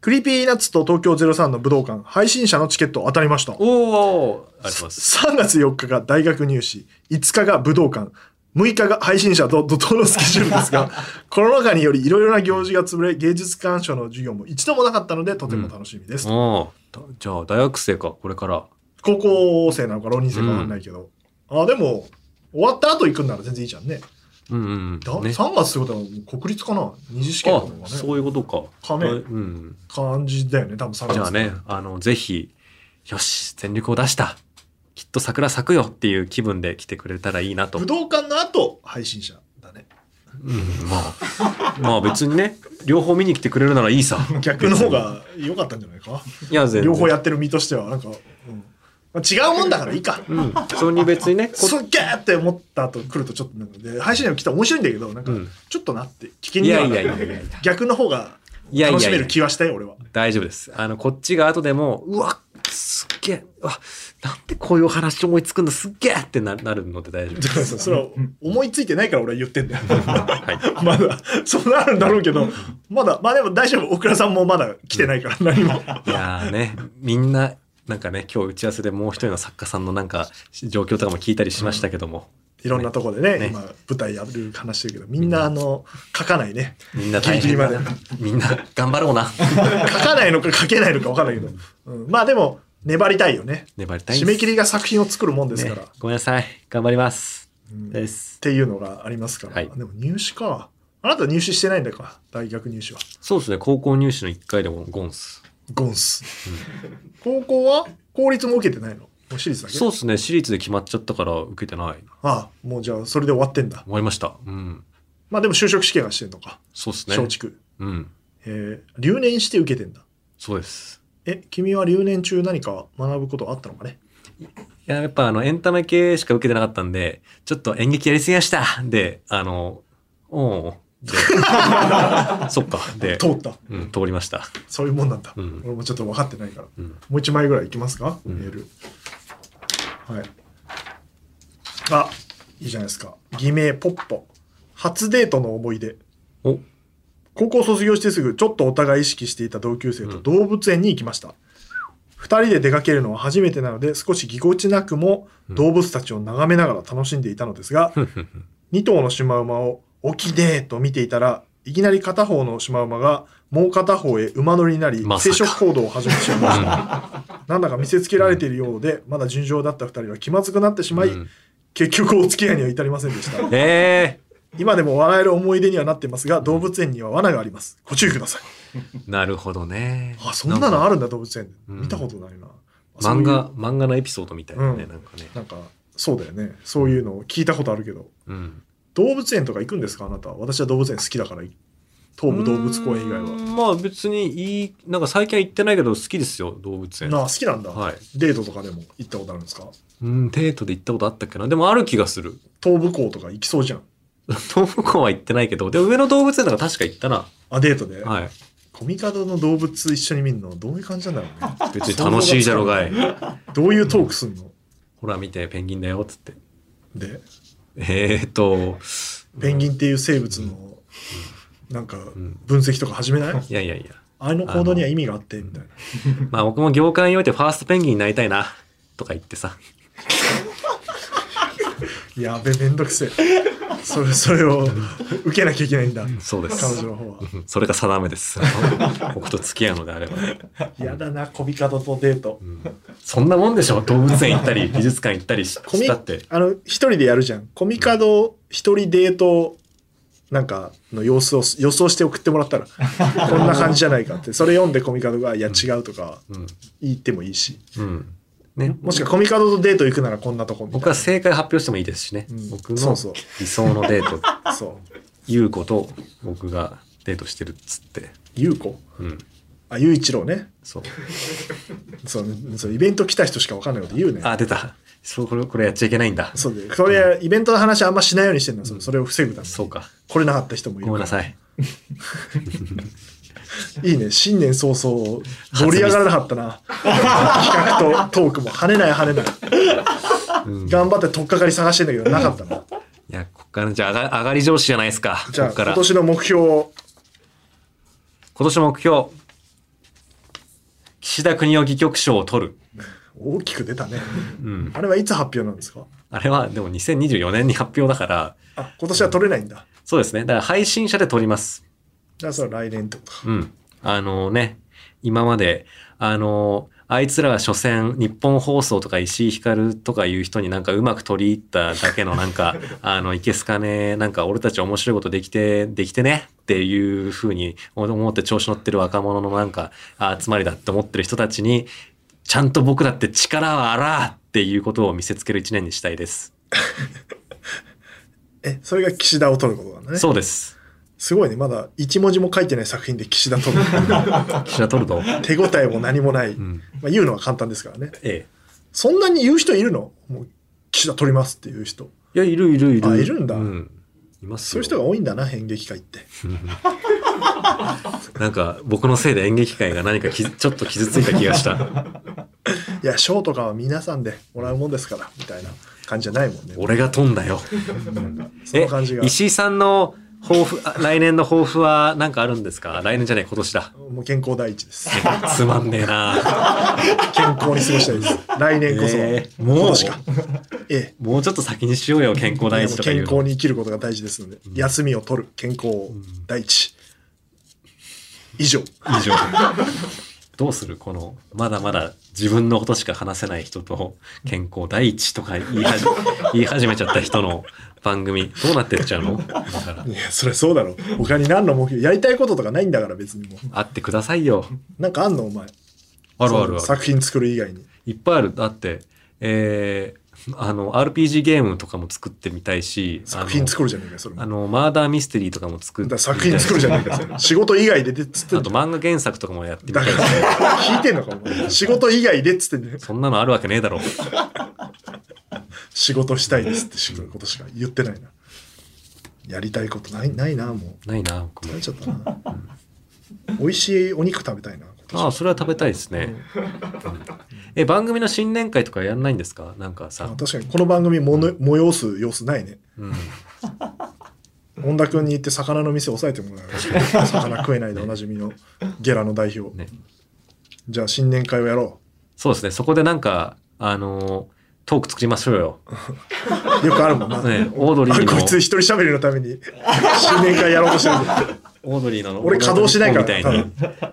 Speaker 1: クリーピーナッツと東京03の武道館、配信者のチケット当たりました。
Speaker 2: う。おおありがとうございます。
Speaker 1: 3月4日が大学入試、5日が武道館、6日が配信者と怒涛のスケジュールです が、コロナ禍によりいろいろな行事が潰れ、芸術鑑賞の授業も一度もなかったので、とても楽しみです。
Speaker 2: おーだじゃあ大学生か、これから。
Speaker 1: 高校生なのか浪人生かわかんないけど。あ、でも、終わった後行くんなら全然いいじゃんね。
Speaker 2: うんうん
Speaker 1: だ
Speaker 2: うん。ね、
Speaker 1: 3月ってことはもう国立かな二次試験
Speaker 2: あ
Speaker 1: とかが
Speaker 2: そ
Speaker 1: ね。
Speaker 2: ういうことか。
Speaker 1: かね
Speaker 2: うん。
Speaker 1: 感じだよね、多分3月。
Speaker 2: じゃあね、あの、ぜひ、よし、全力を出した。きっと桜咲くよっていう気分で来てくれたらいいなと。
Speaker 1: 武
Speaker 2: うん、
Speaker 1: 道館の後、配信者だね。
Speaker 2: まあ、まあ別にね、両方見に来てくれるならいいさ。
Speaker 1: 逆の方が良かったんじゃないか
Speaker 2: いや、全然。
Speaker 1: 両方やってる身としては、なんか、うんまあ違うもんだからいいか。
Speaker 2: うん。普通に別にね、こ
Speaker 1: すっげーって思った後来るとちょっとなんかで配信者が来たら面白いんだけどなんか
Speaker 2: うん
Speaker 1: ちょっとなって聞きにはいな
Speaker 2: やい
Speaker 1: る
Speaker 2: やいやいやいや
Speaker 1: 逆の方が
Speaker 2: いやいやいや
Speaker 1: 楽しめる気はしたよ俺は
Speaker 2: 大丈夫です。あの、こっちが後でも、うわ、すっげえ、うわ、なんでこういうお話思いつくんだ、すっげえってななるので大丈夫
Speaker 1: だから さそれは思いついてないから俺は言ってんだよ。
Speaker 2: はい。
Speaker 1: まだ、そうなるんだろうけど、まだ、まあでも大丈夫。大倉さんもまだ来てないから、何も。
Speaker 2: いやーね、みんな、なんかね、今日打ち合わせでもう一人の作家さんのなんか状況とかも聞いたりしましたけども、
Speaker 1: いろんなとこでね、
Speaker 2: ね
Speaker 1: 今、舞台やる話してるけど、みんな、あの、書かないね。
Speaker 2: みんな大変だな
Speaker 1: ギリギ
Speaker 2: みんな頑張ろ うな。
Speaker 1: 書かないのか書けないのか分かんないけど。うんまあでも、粘りたいよね。
Speaker 2: 粘りたい
Speaker 1: 締め切
Speaker 2: り
Speaker 1: りが作品を作るもんで
Speaker 2: ですす
Speaker 1: か。
Speaker 2: からら、ねごめんなさい。頑張ります。
Speaker 1: うんっ
Speaker 2: です。
Speaker 1: ていうのがありますから。
Speaker 2: はい
Speaker 1: でも入試か。あなた入試してないんだか。大学入試は。
Speaker 2: そうですね、高校入試の1回でもゴンス。
Speaker 1: ゴンス。高校は公立も受けてないの。もう私立だけ
Speaker 2: そうですね、私立で決まっちゃったから受けてない。
Speaker 1: ああ、もうじゃあ、それで終わってんだ。
Speaker 2: 終わりました。うん。
Speaker 1: まあでも就職試験はしてんのか。
Speaker 2: そうですね。
Speaker 1: 松竹。
Speaker 2: うん。
Speaker 1: えー留年して受けてんだ。
Speaker 2: そうです。
Speaker 1: え、君は留年中何か学ぶことあったのかね
Speaker 2: いや、やっぱあの、エンタメ系しか受けてなかったんで、ちょっと演劇やりすぎましたで、あの、おう で、そっか。で、
Speaker 1: 通った。
Speaker 2: うん、通りました。
Speaker 1: そういうもんなんだ。
Speaker 2: うん
Speaker 1: 俺もちょっと分かってないから。
Speaker 2: うん。
Speaker 1: もう一枚ぐらいいきますか、
Speaker 2: うん
Speaker 1: メール。はい。あ、いいじゃないですか。偽名ポッポ。初デートの思い出。
Speaker 2: お、
Speaker 1: 高校卒業してすぐ、ちょっとお互い意識していた同級生と動物園に行きました。二、人で出かけるのは初めてなので、少しぎこちなくも
Speaker 2: うん
Speaker 1: 動物たちを眺めながら楽しんでいたのですが、
Speaker 2: ふんふんふん
Speaker 1: 2頭のシマウマを起きねえと見ていたら、いきなり片方のシマウマがもう片方へ馬乗りになり、
Speaker 2: まさ
Speaker 1: 生
Speaker 2: か
Speaker 1: 殖行動を始めてしまいました。なんだか見せつけられているようで、まだ純情だった2人は気まずくなってしまい、
Speaker 2: うん
Speaker 1: 結局お付き合いには至りませんでした。
Speaker 2: え
Speaker 1: 今でも笑える思い出にはなってますが、動物園には罠があります。ご注意ください。
Speaker 2: ー、なるほどね。
Speaker 1: あ、そんなの
Speaker 2: か
Speaker 1: あるんだ、動物園。
Speaker 2: うん
Speaker 1: 見たことないな。
Speaker 2: 漫画、漫画のエピソードみたいなね、
Speaker 1: うん
Speaker 2: なんか
Speaker 1: そうい
Speaker 2: ね。
Speaker 1: うなんか、そうだよね。そういうのを聞いたことあるけど。
Speaker 2: うん。
Speaker 1: 動物園とか行くんですかあなた。私は動物園好きだから、東武動物公園以外
Speaker 2: うー
Speaker 1: は。
Speaker 2: んまあ別にいい、なんか最近は行ってないけど好きですよ、動物園。
Speaker 1: なあ、好きなんだ、
Speaker 2: はい。
Speaker 1: デートとかでも行ったことあるんですか
Speaker 2: うん、デートで行ったことあったっけな。でもある気がする。
Speaker 1: 東武港とか行きそうじゃん。
Speaker 2: 東北は行ってないけど、でも上野動物園とか確か行ったな。
Speaker 1: あ、デートで、
Speaker 2: はい。
Speaker 1: コミカドの動物一緒に見るの、どういう感じなんだろうね。
Speaker 2: 別に楽しいじゃろがい。
Speaker 1: どういうトークすんの
Speaker 2: ほら見て、ペンギンだよ、つって。
Speaker 1: で、
Speaker 2: えーっと、
Speaker 1: ペンギンっていう生物の、なんか、
Speaker 2: ん
Speaker 1: 分析とか始めない、
Speaker 2: いやいやいや。
Speaker 1: あれの行動には意味があって、みたいな。
Speaker 2: まあ僕も業界においてファーストペンギンになりたいな、とか言ってさ。
Speaker 1: やべ、めんどくせえ。それ、それを受けなきゃいけないんだ。
Speaker 2: そうで
Speaker 1: 彼女
Speaker 2: す。
Speaker 1: の方は。
Speaker 2: それが定めです。 僕と付き合うのであれば。
Speaker 1: やだな、コミカドとデート。
Speaker 2: そんなもんでしょ動物園行った り、美術館行ったりし
Speaker 1: コミ
Speaker 2: したって。
Speaker 1: あの、一人でやるじゃん。コミカド一人デート、なんかの様子を予想して送ってもら ったら、こんな感じじゃないかって。それ読んでコミカドが、いや、違うとか
Speaker 2: うん。
Speaker 1: 言ってもいいし。
Speaker 2: うん。ね。
Speaker 1: もしくはコミカドとデート行くならこんなとこみたい
Speaker 2: 僕は正解発表してもいいですしね。
Speaker 1: うん
Speaker 2: 僕
Speaker 1: そ
Speaker 2: の
Speaker 1: うそう
Speaker 2: 理想のデート、
Speaker 1: な。そう。
Speaker 2: 優子と僕がデートしてるっつって。
Speaker 1: ゆうこ。
Speaker 2: うん。
Speaker 1: あ、ゆういちろうね。
Speaker 2: そう。
Speaker 1: そう、そうイベント来た人しかわかんないこと言うね。
Speaker 2: あ、出た。そう、これ、これやっちゃいけないんだ。
Speaker 1: そうで、それ、イベントの話あんましないようにしてるの、それそれを防ぐために。
Speaker 2: そうか。
Speaker 1: 来れなかった人もいる。
Speaker 2: ごめんなさい。
Speaker 1: いいね、新年早々、盛り上がらなかったな。企画とトークも、跳ねない跳ねない。
Speaker 2: うん、い
Speaker 1: 頑張って取っかかり探してんだけど、なかったな。
Speaker 2: や、こっから、じゃあ上が、上がり上司じゃないですか。
Speaker 1: じゃあ、
Speaker 2: こっから。
Speaker 1: 今年の目標を、
Speaker 2: 今年の目標。岸田国を戯曲賞を取る。
Speaker 1: 大きく出たね。
Speaker 2: うん。
Speaker 1: あれはいつ発表なんですか
Speaker 2: あれは、でも2024年に発表だから、
Speaker 1: あ、今年は取れないんだ。
Speaker 2: そうですね。だから配信者で取ります。
Speaker 1: じゃあ、それは来年ってことか。
Speaker 2: うん。あのね、今まで、あの、あいつらは所詮、日本放送とか石井ひかるとかいう人になんかうまく取り入っただけのなんか、 あの、いけすかね、なんか俺たち面白いことできて、できてねっていうふうに思って調子乗ってる若者のなんか、あ集まりだって思ってる人たちに、ちゃんと僕だって力はあらっていうことを見せつける一年にしたいです。
Speaker 1: え、それが岸田を取ることなんだね。
Speaker 2: そうです。
Speaker 1: すごいね、まだ一文字も書いてない作品で岸田 取る。
Speaker 2: 岸田トルドー。
Speaker 1: 手応えも何もない。
Speaker 2: うん。
Speaker 1: まあ、言うのは簡単ですからね。
Speaker 2: ええ。
Speaker 1: そんなに言う人いるのもう、岸田取りますっていう人。
Speaker 2: いや、いるいるいる。
Speaker 1: あいるんだ
Speaker 2: うん。います
Speaker 1: そう
Speaker 2: よ。
Speaker 1: いう人が多いんだな、演劇界って。
Speaker 2: なんか僕のせいで演劇界が何かきちょっと傷ついた気がした。
Speaker 1: いや、賞とかは皆さんでもらうもんですから、みたいな感じじゃないもんね。
Speaker 2: 俺が飛んだよ。
Speaker 1: そ
Speaker 2: え
Speaker 1: の感じが、。
Speaker 2: 石井さんの抱負、あ来年の抱負は何かあるんですか来年じゃない、今年だ。
Speaker 1: もう健康第一です。
Speaker 2: つまんねえな。
Speaker 1: 健康に過ごしたいです。来年こそ、
Speaker 2: えー
Speaker 1: 今
Speaker 2: もう
Speaker 1: 年か。ええ。
Speaker 2: もうちょっと先にしようよ、健康第一とか
Speaker 1: 健
Speaker 2: 言う
Speaker 1: 康
Speaker 2: の。
Speaker 1: に生きることが大事ですので、休みを取る健康第一。以上。
Speaker 2: 以上。どうするこの、まだまだ自分のことしか話せない人と、健康第一とか言い始め、 言い始めちゃった人の番組、どうなってっちゃうのだから
Speaker 1: いや、そりゃそうだろ。他に何の目標、やりたいこととかないんだから別にもう。
Speaker 2: 会ってくださいよ。
Speaker 1: なんかあんのお前。
Speaker 2: あるあるある
Speaker 1: その。作品作る以外に。
Speaker 2: いっぱいある。だって、えーあの、RPG ゲームとかも作ってみたいし、
Speaker 1: 作品作るじゃねえかよ、それも。
Speaker 2: あ
Speaker 1: だか
Speaker 2: の、あのマーダーミステリーとかも作ってみた
Speaker 1: ら作
Speaker 2: いし
Speaker 1: 品作るじゃねえかよそ れ。仕事以外ででっつってん
Speaker 2: あ
Speaker 1: だ
Speaker 2: と漫画原作とかもやってみた
Speaker 1: だ
Speaker 2: い
Speaker 1: か
Speaker 2: し
Speaker 1: ら、 聞いてんのか、お前。仕事以外でっつってんだよ
Speaker 2: そんなのあるわけねえだろ。
Speaker 1: 仕事したいですって仕事ことしか言ってないな。やりたいことない、ないな、も
Speaker 2: ないな、僕
Speaker 1: う。
Speaker 2: も
Speaker 1: 食べちゃったな。美味しいお肉食べたいな、今年
Speaker 2: ああ、それは食べたいですね。え、番組の新年会とかやんないんですかなんか
Speaker 1: あ
Speaker 2: さ。
Speaker 1: 確かに、この番組もの催す様子ないね。
Speaker 2: うん。
Speaker 1: 本田君に行って魚の店押さえてもらう。魚食えないでおなじみのゲラの代表。
Speaker 2: ね。
Speaker 1: じゃあ、新年会をやろ
Speaker 2: そうですね。そこでなんか、あのートーク作りましょうよ。
Speaker 1: う。よくあるもんな。
Speaker 2: ね、オードリ
Speaker 1: あ
Speaker 2: ー
Speaker 1: こ
Speaker 2: の
Speaker 1: い、つ一人喋りのために新年会やろうとしてるんだ
Speaker 2: オードリーの、
Speaker 1: 俺稼働しないから
Speaker 2: みたいに。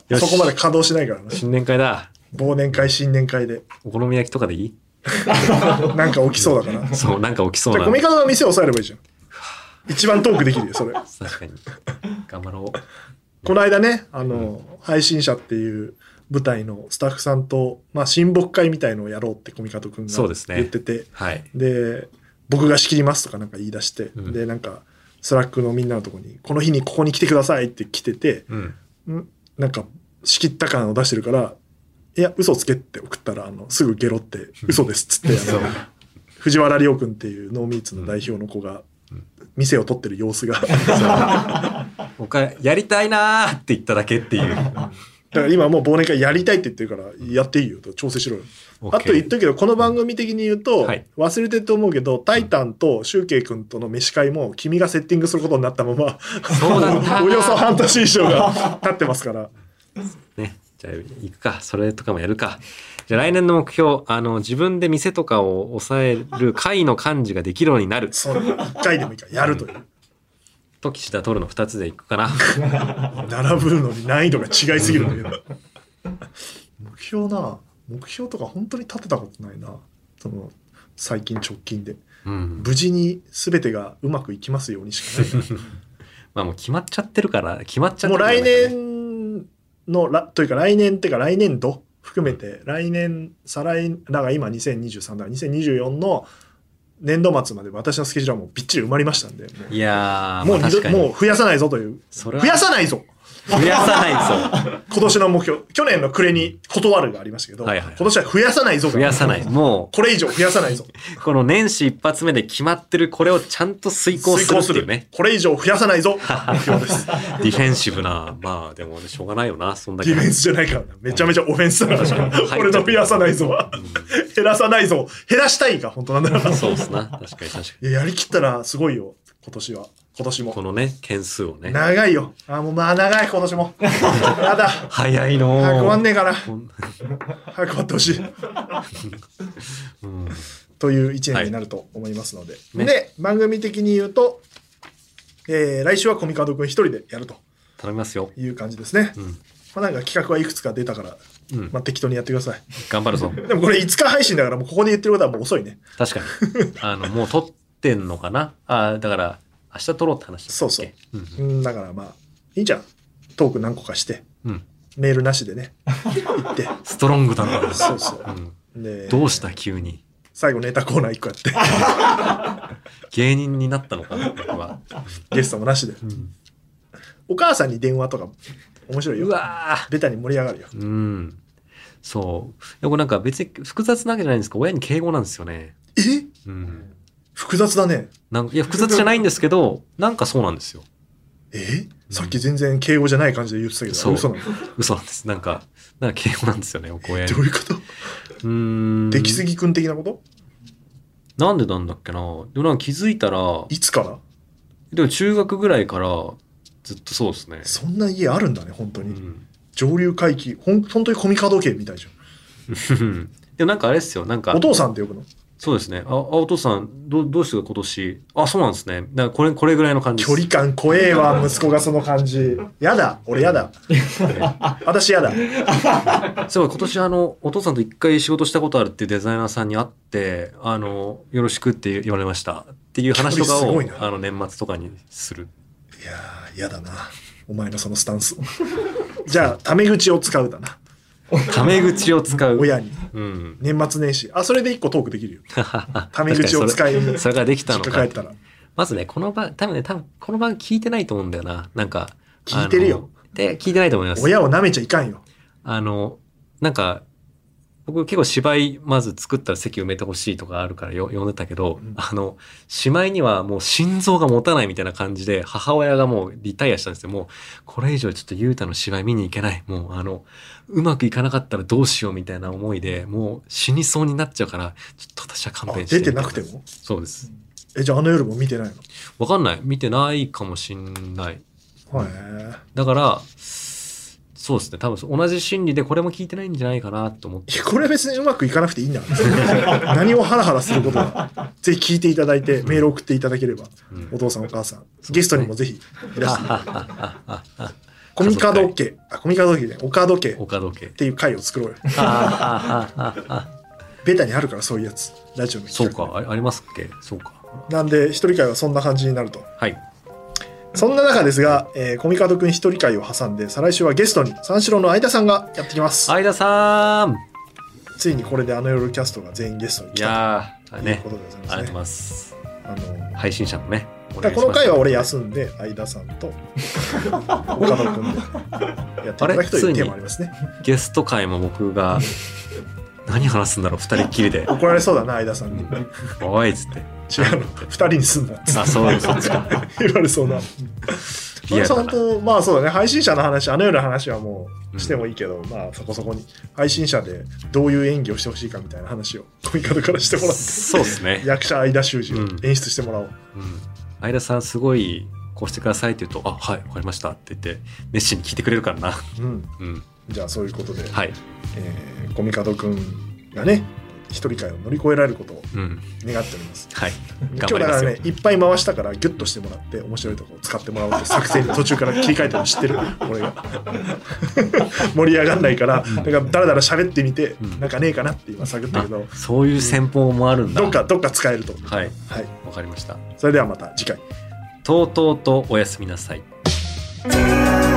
Speaker 2: よし
Speaker 1: そこまで稼働しないからな
Speaker 2: 新年会だ。
Speaker 1: 忘年会新年会で
Speaker 2: お好み焼きとかでいい
Speaker 1: なんか起きそうだから じ
Speaker 2: そう、なんか起きそう
Speaker 1: ゃあ
Speaker 2: な
Speaker 1: コ。ミカドの店押さえればいいじゃん一番トークできるよそれ
Speaker 2: 確かに。頑張ろ
Speaker 1: この間ねあの、配信者っていう舞台のスタッフさんと、まあ、親睦会みたいのをやろうってコミカド君が
Speaker 2: そうですね
Speaker 1: 言ってて、
Speaker 2: う。はい。
Speaker 1: で僕が仕切りますとかなんか言い出して、
Speaker 2: うん
Speaker 1: でなんかスラックのみんなのとこにこの日にここに来てくださいって来てて、
Speaker 2: うん。
Speaker 1: んなんか仕切った感を出してるから「いや嘘つけ」って送ったらあのすぐゲロって「嘘です」っつってあの藤原亮君っていうノーミーツの代表の子が店を取ってる様 子がだ
Speaker 2: おかやりたいなーって言っただけって いう。
Speaker 1: から今もう忘年会やりたいって言ってるからやっていいよと調整しろよ。
Speaker 2: OK
Speaker 1: あと言っとくけどこの番組的に言うと、
Speaker 2: はい
Speaker 1: 忘れてると思うけど「タイタン」とシュウケイ君との飯会も君がセッティングすることになったまま
Speaker 2: そうだっ た
Speaker 1: およそ半年以上が経ってます から。
Speaker 2: ね。じゃあ、行くか。それとかもやるか。じゃあ、来年の目標、あの、自分で店とかを抑える会の漢字ができるようになる。
Speaker 1: その1回でもいいからやるという
Speaker 2: と岸田徹の2つで行く かな。
Speaker 1: 並ぶのに難易度が違いすぎるんだけど目標な目標とか本当に立てたことないなその最近直近で
Speaker 2: うん。
Speaker 1: 無事に全てがうまくいきますようにしかない な
Speaker 2: まあもう決まっちゃってるから、決まっちゃって
Speaker 1: もう
Speaker 2: るからね、
Speaker 1: 来年のらというか来年っていうか来年度含めて来年再来だが今2023だから2024の年度末まで私のスケジュールはもうびっちり埋まりましたんで
Speaker 2: いやー、
Speaker 1: もう
Speaker 2: まあ
Speaker 1: 二度
Speaker 2: 確かに。
Speaker 1: もう増やさないぞという
Speaker 2: それは
Speaker 1: 増やさないぞ
Speaker 2: 増やさないぞ。
Speaker 1: 今年の目標、去年の暮れに断るがありましたけど、
Speaker 2: はいはいはい
Speaker 1: 今年は増やさないぞが
Speaker 2: 増やさない。もう、
Speaker 1: これ以上増やさないぞ。
Speaker 2: この年始一発目で決まってるこれをちゃんと遂行するっていうね。
Speaker 1: これ以上増やさない ぞ。目標です。
Speaker 2: ディフェンシブな、まあでもね、しょうがないよな、そんだ
Speaker 1: デ
Speaker 2: け
Speaker 1: ィ。フェンスじゃないからな。めちゃめちゃオフェンスだから
Speaker 2: 確か
Speaker 1: な。
Speaker 2: に
Speaker 1: 俺の増やさないぞは。減らさないぞ。減らしたいが本当なんだな。い
Speaker 2: そうっすな、確かに確か
Speaker 1: や、やりきったらすごいよ。今年は。今年
Speaker 2: に。こ
Speaker 1: も。
Speaker 2: のね、件数をね。
Speaker 1: 長いよ。あ、もうまあ長い、今年 も。やだ。
Speaker 2: 早いの
Speaker 1: 早く終わん
Speaker 2: ー
Speaker 1: ねえから。
Speaker 2: こん
Speaker 1: 早く終わってほしい。
Speaker 2: うん
Speaker 1: という一年になると思いますので、
Speaker 2: ね
Speaker 1: で番組的に言うと、えー来週はコミカドくん一人でやると
Speaker 2: 頼みますよ。
Speaker 1: いう感じですね、
Speaker 2: うん。
Speaker 1: まあ、なんか企画はいくつか出たから、
Speaker 2: うん
Speaker 1: まあ、適当にやってください
Speaker 2: 頑張るぞ。
Speaker 1: でもこれ5日配信だからもうここで言ってることはもう遅いね
Speaker 2: 確かに。あの、もう撮ってんのかなあーだから、明日撮ろうって話だったっけ
Speaker 1: そう
Speaker 2: うん。
Speaker 1: うんだからまあいいじゃんトーク何個かして
Speaker 2: うん。
Speaker 1: メールなしでね行 って
Speaker 2: ストロングだな。
Speaker 1: そうそう
Speaker 2: うん。
Speaker 1: で
Speaker 2: どうした急に。
Speaker 1: 最後ネタコーナー1個やって
Speaker 2: 芸人になったのかな僕は。
Speaker 1: ゲストもなしで
Speaker 2: うん
Speaker 1: お母さんに電話とか面白いうよ
Speaker 2: わー。
Speaker 1: ベタに盛り上がるよ
Speaker 2: うん。そう。でもなんか別に複雑なわけじゃないんですけど、親に敬語なんですよね。
Speaker 1: え
Speaker 2: うん。
Speaker 1: 複雑だね
Speaker 2: なんかいや、複雑じゃないんですけど、なんかそうなんですよ。
Speaker 1: えさっき全然敬語じゃない感じで言ってたけど、
Speaker 2: そう
Speaker 1: 嘘なの
Speaker 2: 嘘なんです。なんか、なんか敬語なんですよね、僕親に
Speaker 1: どう。いうこと
Speaker 2: うーん。
Speaker 1: 出来すぎくん的なこと
Speaker 2: なんでなんだっけな。でもなんか気づいたら、
Speaker 1: いつから
Speaker 2: でも中学ぐらいからずっとそうですね。
Speaker 1: そんな家あるんだね本当
Speaker 2: う
Speaker 1: に、
Speaker 2: ん。
Speaker 1: 上流階級ほん本当にコミカド系みたいじ
Speaker 2: でもなんかあれですよ。なん
Speaker 1: ゃ
Speaker 2: か
Speaker 1: んお、父さんって呼ぶの
Speaker 2: そうですね。あ、あお父さん、どうどうして今年。あ、そうなんですね。なんかこれ、これぐらいの感じ
Speaker 1: 距
Speaker 2: です
Speaker 1: 離感怖えわ息子がその感じやだ俺 やだ私やだ
Speaker 2: そういえば今年あの、お父さんと一回仕事したことあるっていうデザイナーさんに会って、あの、よろしくって言われましたっていう話とか
Speaker 1: 距離す
Speaker 2: を
Speaker 1: ごい、な
Speaker 2: あの、年末とかにする。
Speaker 1: いやーやだなお前のそのスタンスじゃあタメ口を使うだな
Speaker 2: タメ口を使う。
Speaker 1: 親に
Speaker 2: うん。
Speaker 1: 年末年始あそれで一個トークでき るよタメ口を使い
Speaker 2: それができた
Speaker 1: 実
Speaker 2: の
Speaker 1: 家
Speaker 2: か
Speaker 1: 帰っ。たら
Speaker 2: まずね、この番、多分ね、多分この番聞いてないと思うんだよな。なんか。
Speaker 1: 聞いてるよ
Speaker 2: あの。で、聞いてないと思います。
Speaker 1: 親を舐めちゃいかんよ
Speaker 2: あの、なんか、僕結構芝居まず作ったら席埋めてほしいとかあるからよ呼んでたけど、
Speaker 1: うん
Speaker 2: あの、しまいにはもう心臓が持たないみたいな感じで、母親がもうリタイアしたんですよ。もう、これ以上ちょっとゆうたの芝居見に行けない。もう、あの、うまくいかなかったらどうしようみたいな思いで、もう死にそうになっちゃうから、ちょっと私は
Speaker 1: あ
Speaker 2: 勘弁して。
Speaker 1: 出てなくて。も
Speaker 2: そうです。
Speaker 1: えじゃああの夜も見てないの
Speaker 2: わかんない。見てないかもしんない。
Speaker 1: はい、い
Speaker 2: だから、そうですね。多分同じ心理でこれも聞いてないんじゃないかなと思 って。
Speaker 1: やこれ別にうまくいかなくていいんだ 何をハラハラすることはぜひ聞いていただいてメール送っていただければ、
Speaker 2: うん
Speaker 1: お父さんお母さん
Speaker 2: すね
Speaker 1: ゲストにもぜひいらして
Speaker 2: ああ
Speaker 1: コミカド家あコミカド家ねオカド家っ
Speaker 2: 岡時計。
Speaker 1: ていう回を作ろうよ
Speaker 2: ああああ
Speaker 1: ベタにあるからそういうやつラジオの
Speaker 2: そう
Speaker 1: 企画
Speaker 2: か、あありますっけそうか。
Speaker 1: なんで一人会はそんな感じになると
Speaker 2: はい。
Speaker 1: そんな中ですが、えーコミカドくん一人会を挟んで再来週はゲストに三四郎の相田さんがやってきます
Speaker 2: 相田さん
Speaker 1: ついにこれであの夜キャストが全員ゲストに
Speaker 2: い
Speaker 1: 来た
Speaker 2: や
Speaker 1: と
Speaker 2: ー、
Speaker 1: いう
Speaker 2: ね
Speaker 1: こ。とでござい
Speaker 2: ありがとうご
Speaker 1: ます
Speaker 2: ざ
Speaker 1: ね
Speaker 2: います。
Speaker 1: あの
Speaker 2: 配信者もね。お
Speaker 1: だから
Speaker 2: 願い
Speaker 1: こ
Speaker 2: し
Speaker 1: の
Speaker 2: ます
Speaker 1: 回は俺休んで相田さん と岡田君でやっていただくと
Speaker 2: あれつい
Speaker 1: いう
Speaker 2: に
Speaker 1: テーマありますね
Speaker 2: ゲスト回も僕 が、何話すんだろう、二人っきり で。
Speaker 1: 怒られそうだな相田さん に違う
Speaker 2: おいっつって。
Speaker 1: の2人にすんな って
Speaker 2: あ、そうそっちか。
Speaker 1: 言われそうな相
Speaker 2: リ
Speaker 1: 田
Speaker 2: アル
Speaker 1: さ
Speaker 2: だ
Speaker 1: ん
Speaker 2: な。
Speaker 1: とまあそうだね配信者の話あのような話はもうしてもいいけど、まあそこそこに配信者でどういう演技をしてほしいかみたいな話をコミカドからしてもらって
Speaker 2: そうですね。
Speaker 1: 役者相田修二を
Speaker 2: うん
Speaker 1: 演出してもらおう、
Speaker 2: うん、相田さんすごいこうしてくださいって言うと「あはいわかりました」って言って熱心に聞いてくれるからな、
Speaker 1: うん、
Speaker 2: うん、
Speaker 1: じゃあそういうことで、
Speaker 2: はい、
Speaker 1: えーコミカド君がね一人会を乗り越えられることを
Speaker 2: うん、
Speaker 1: 願っております
Speaker 2: はい
Speaker 1: 今
Speaker 2: 頑
Speaker 1: 日だ
Speaker 2: 張り
Speaker 1: か
Speaker 2: ま
Speaker 1: ら
Speaker 2: すよ、
Speaker 1: ねいっぱい回したからギュッとしてもらって面白いとこを使ってもらおうって作戦に途中から切り替えたの知ってる俺 が盛り上がんないからだからだらだら喋ってみて、
Speaker 2: うん
Speaker 1: なんかねえかなって今探ったけど
Speaker 2: あそういう戦法もあるんだ
Speaker 1: どっかどっか使えると思う
Speaker 2: はい
Speaker 1: はい、
Speaker 2: わかりました
Speaker 1: それではまた次回
Speaker 2: とうとうとおやすみなさい
Speaker 4: 「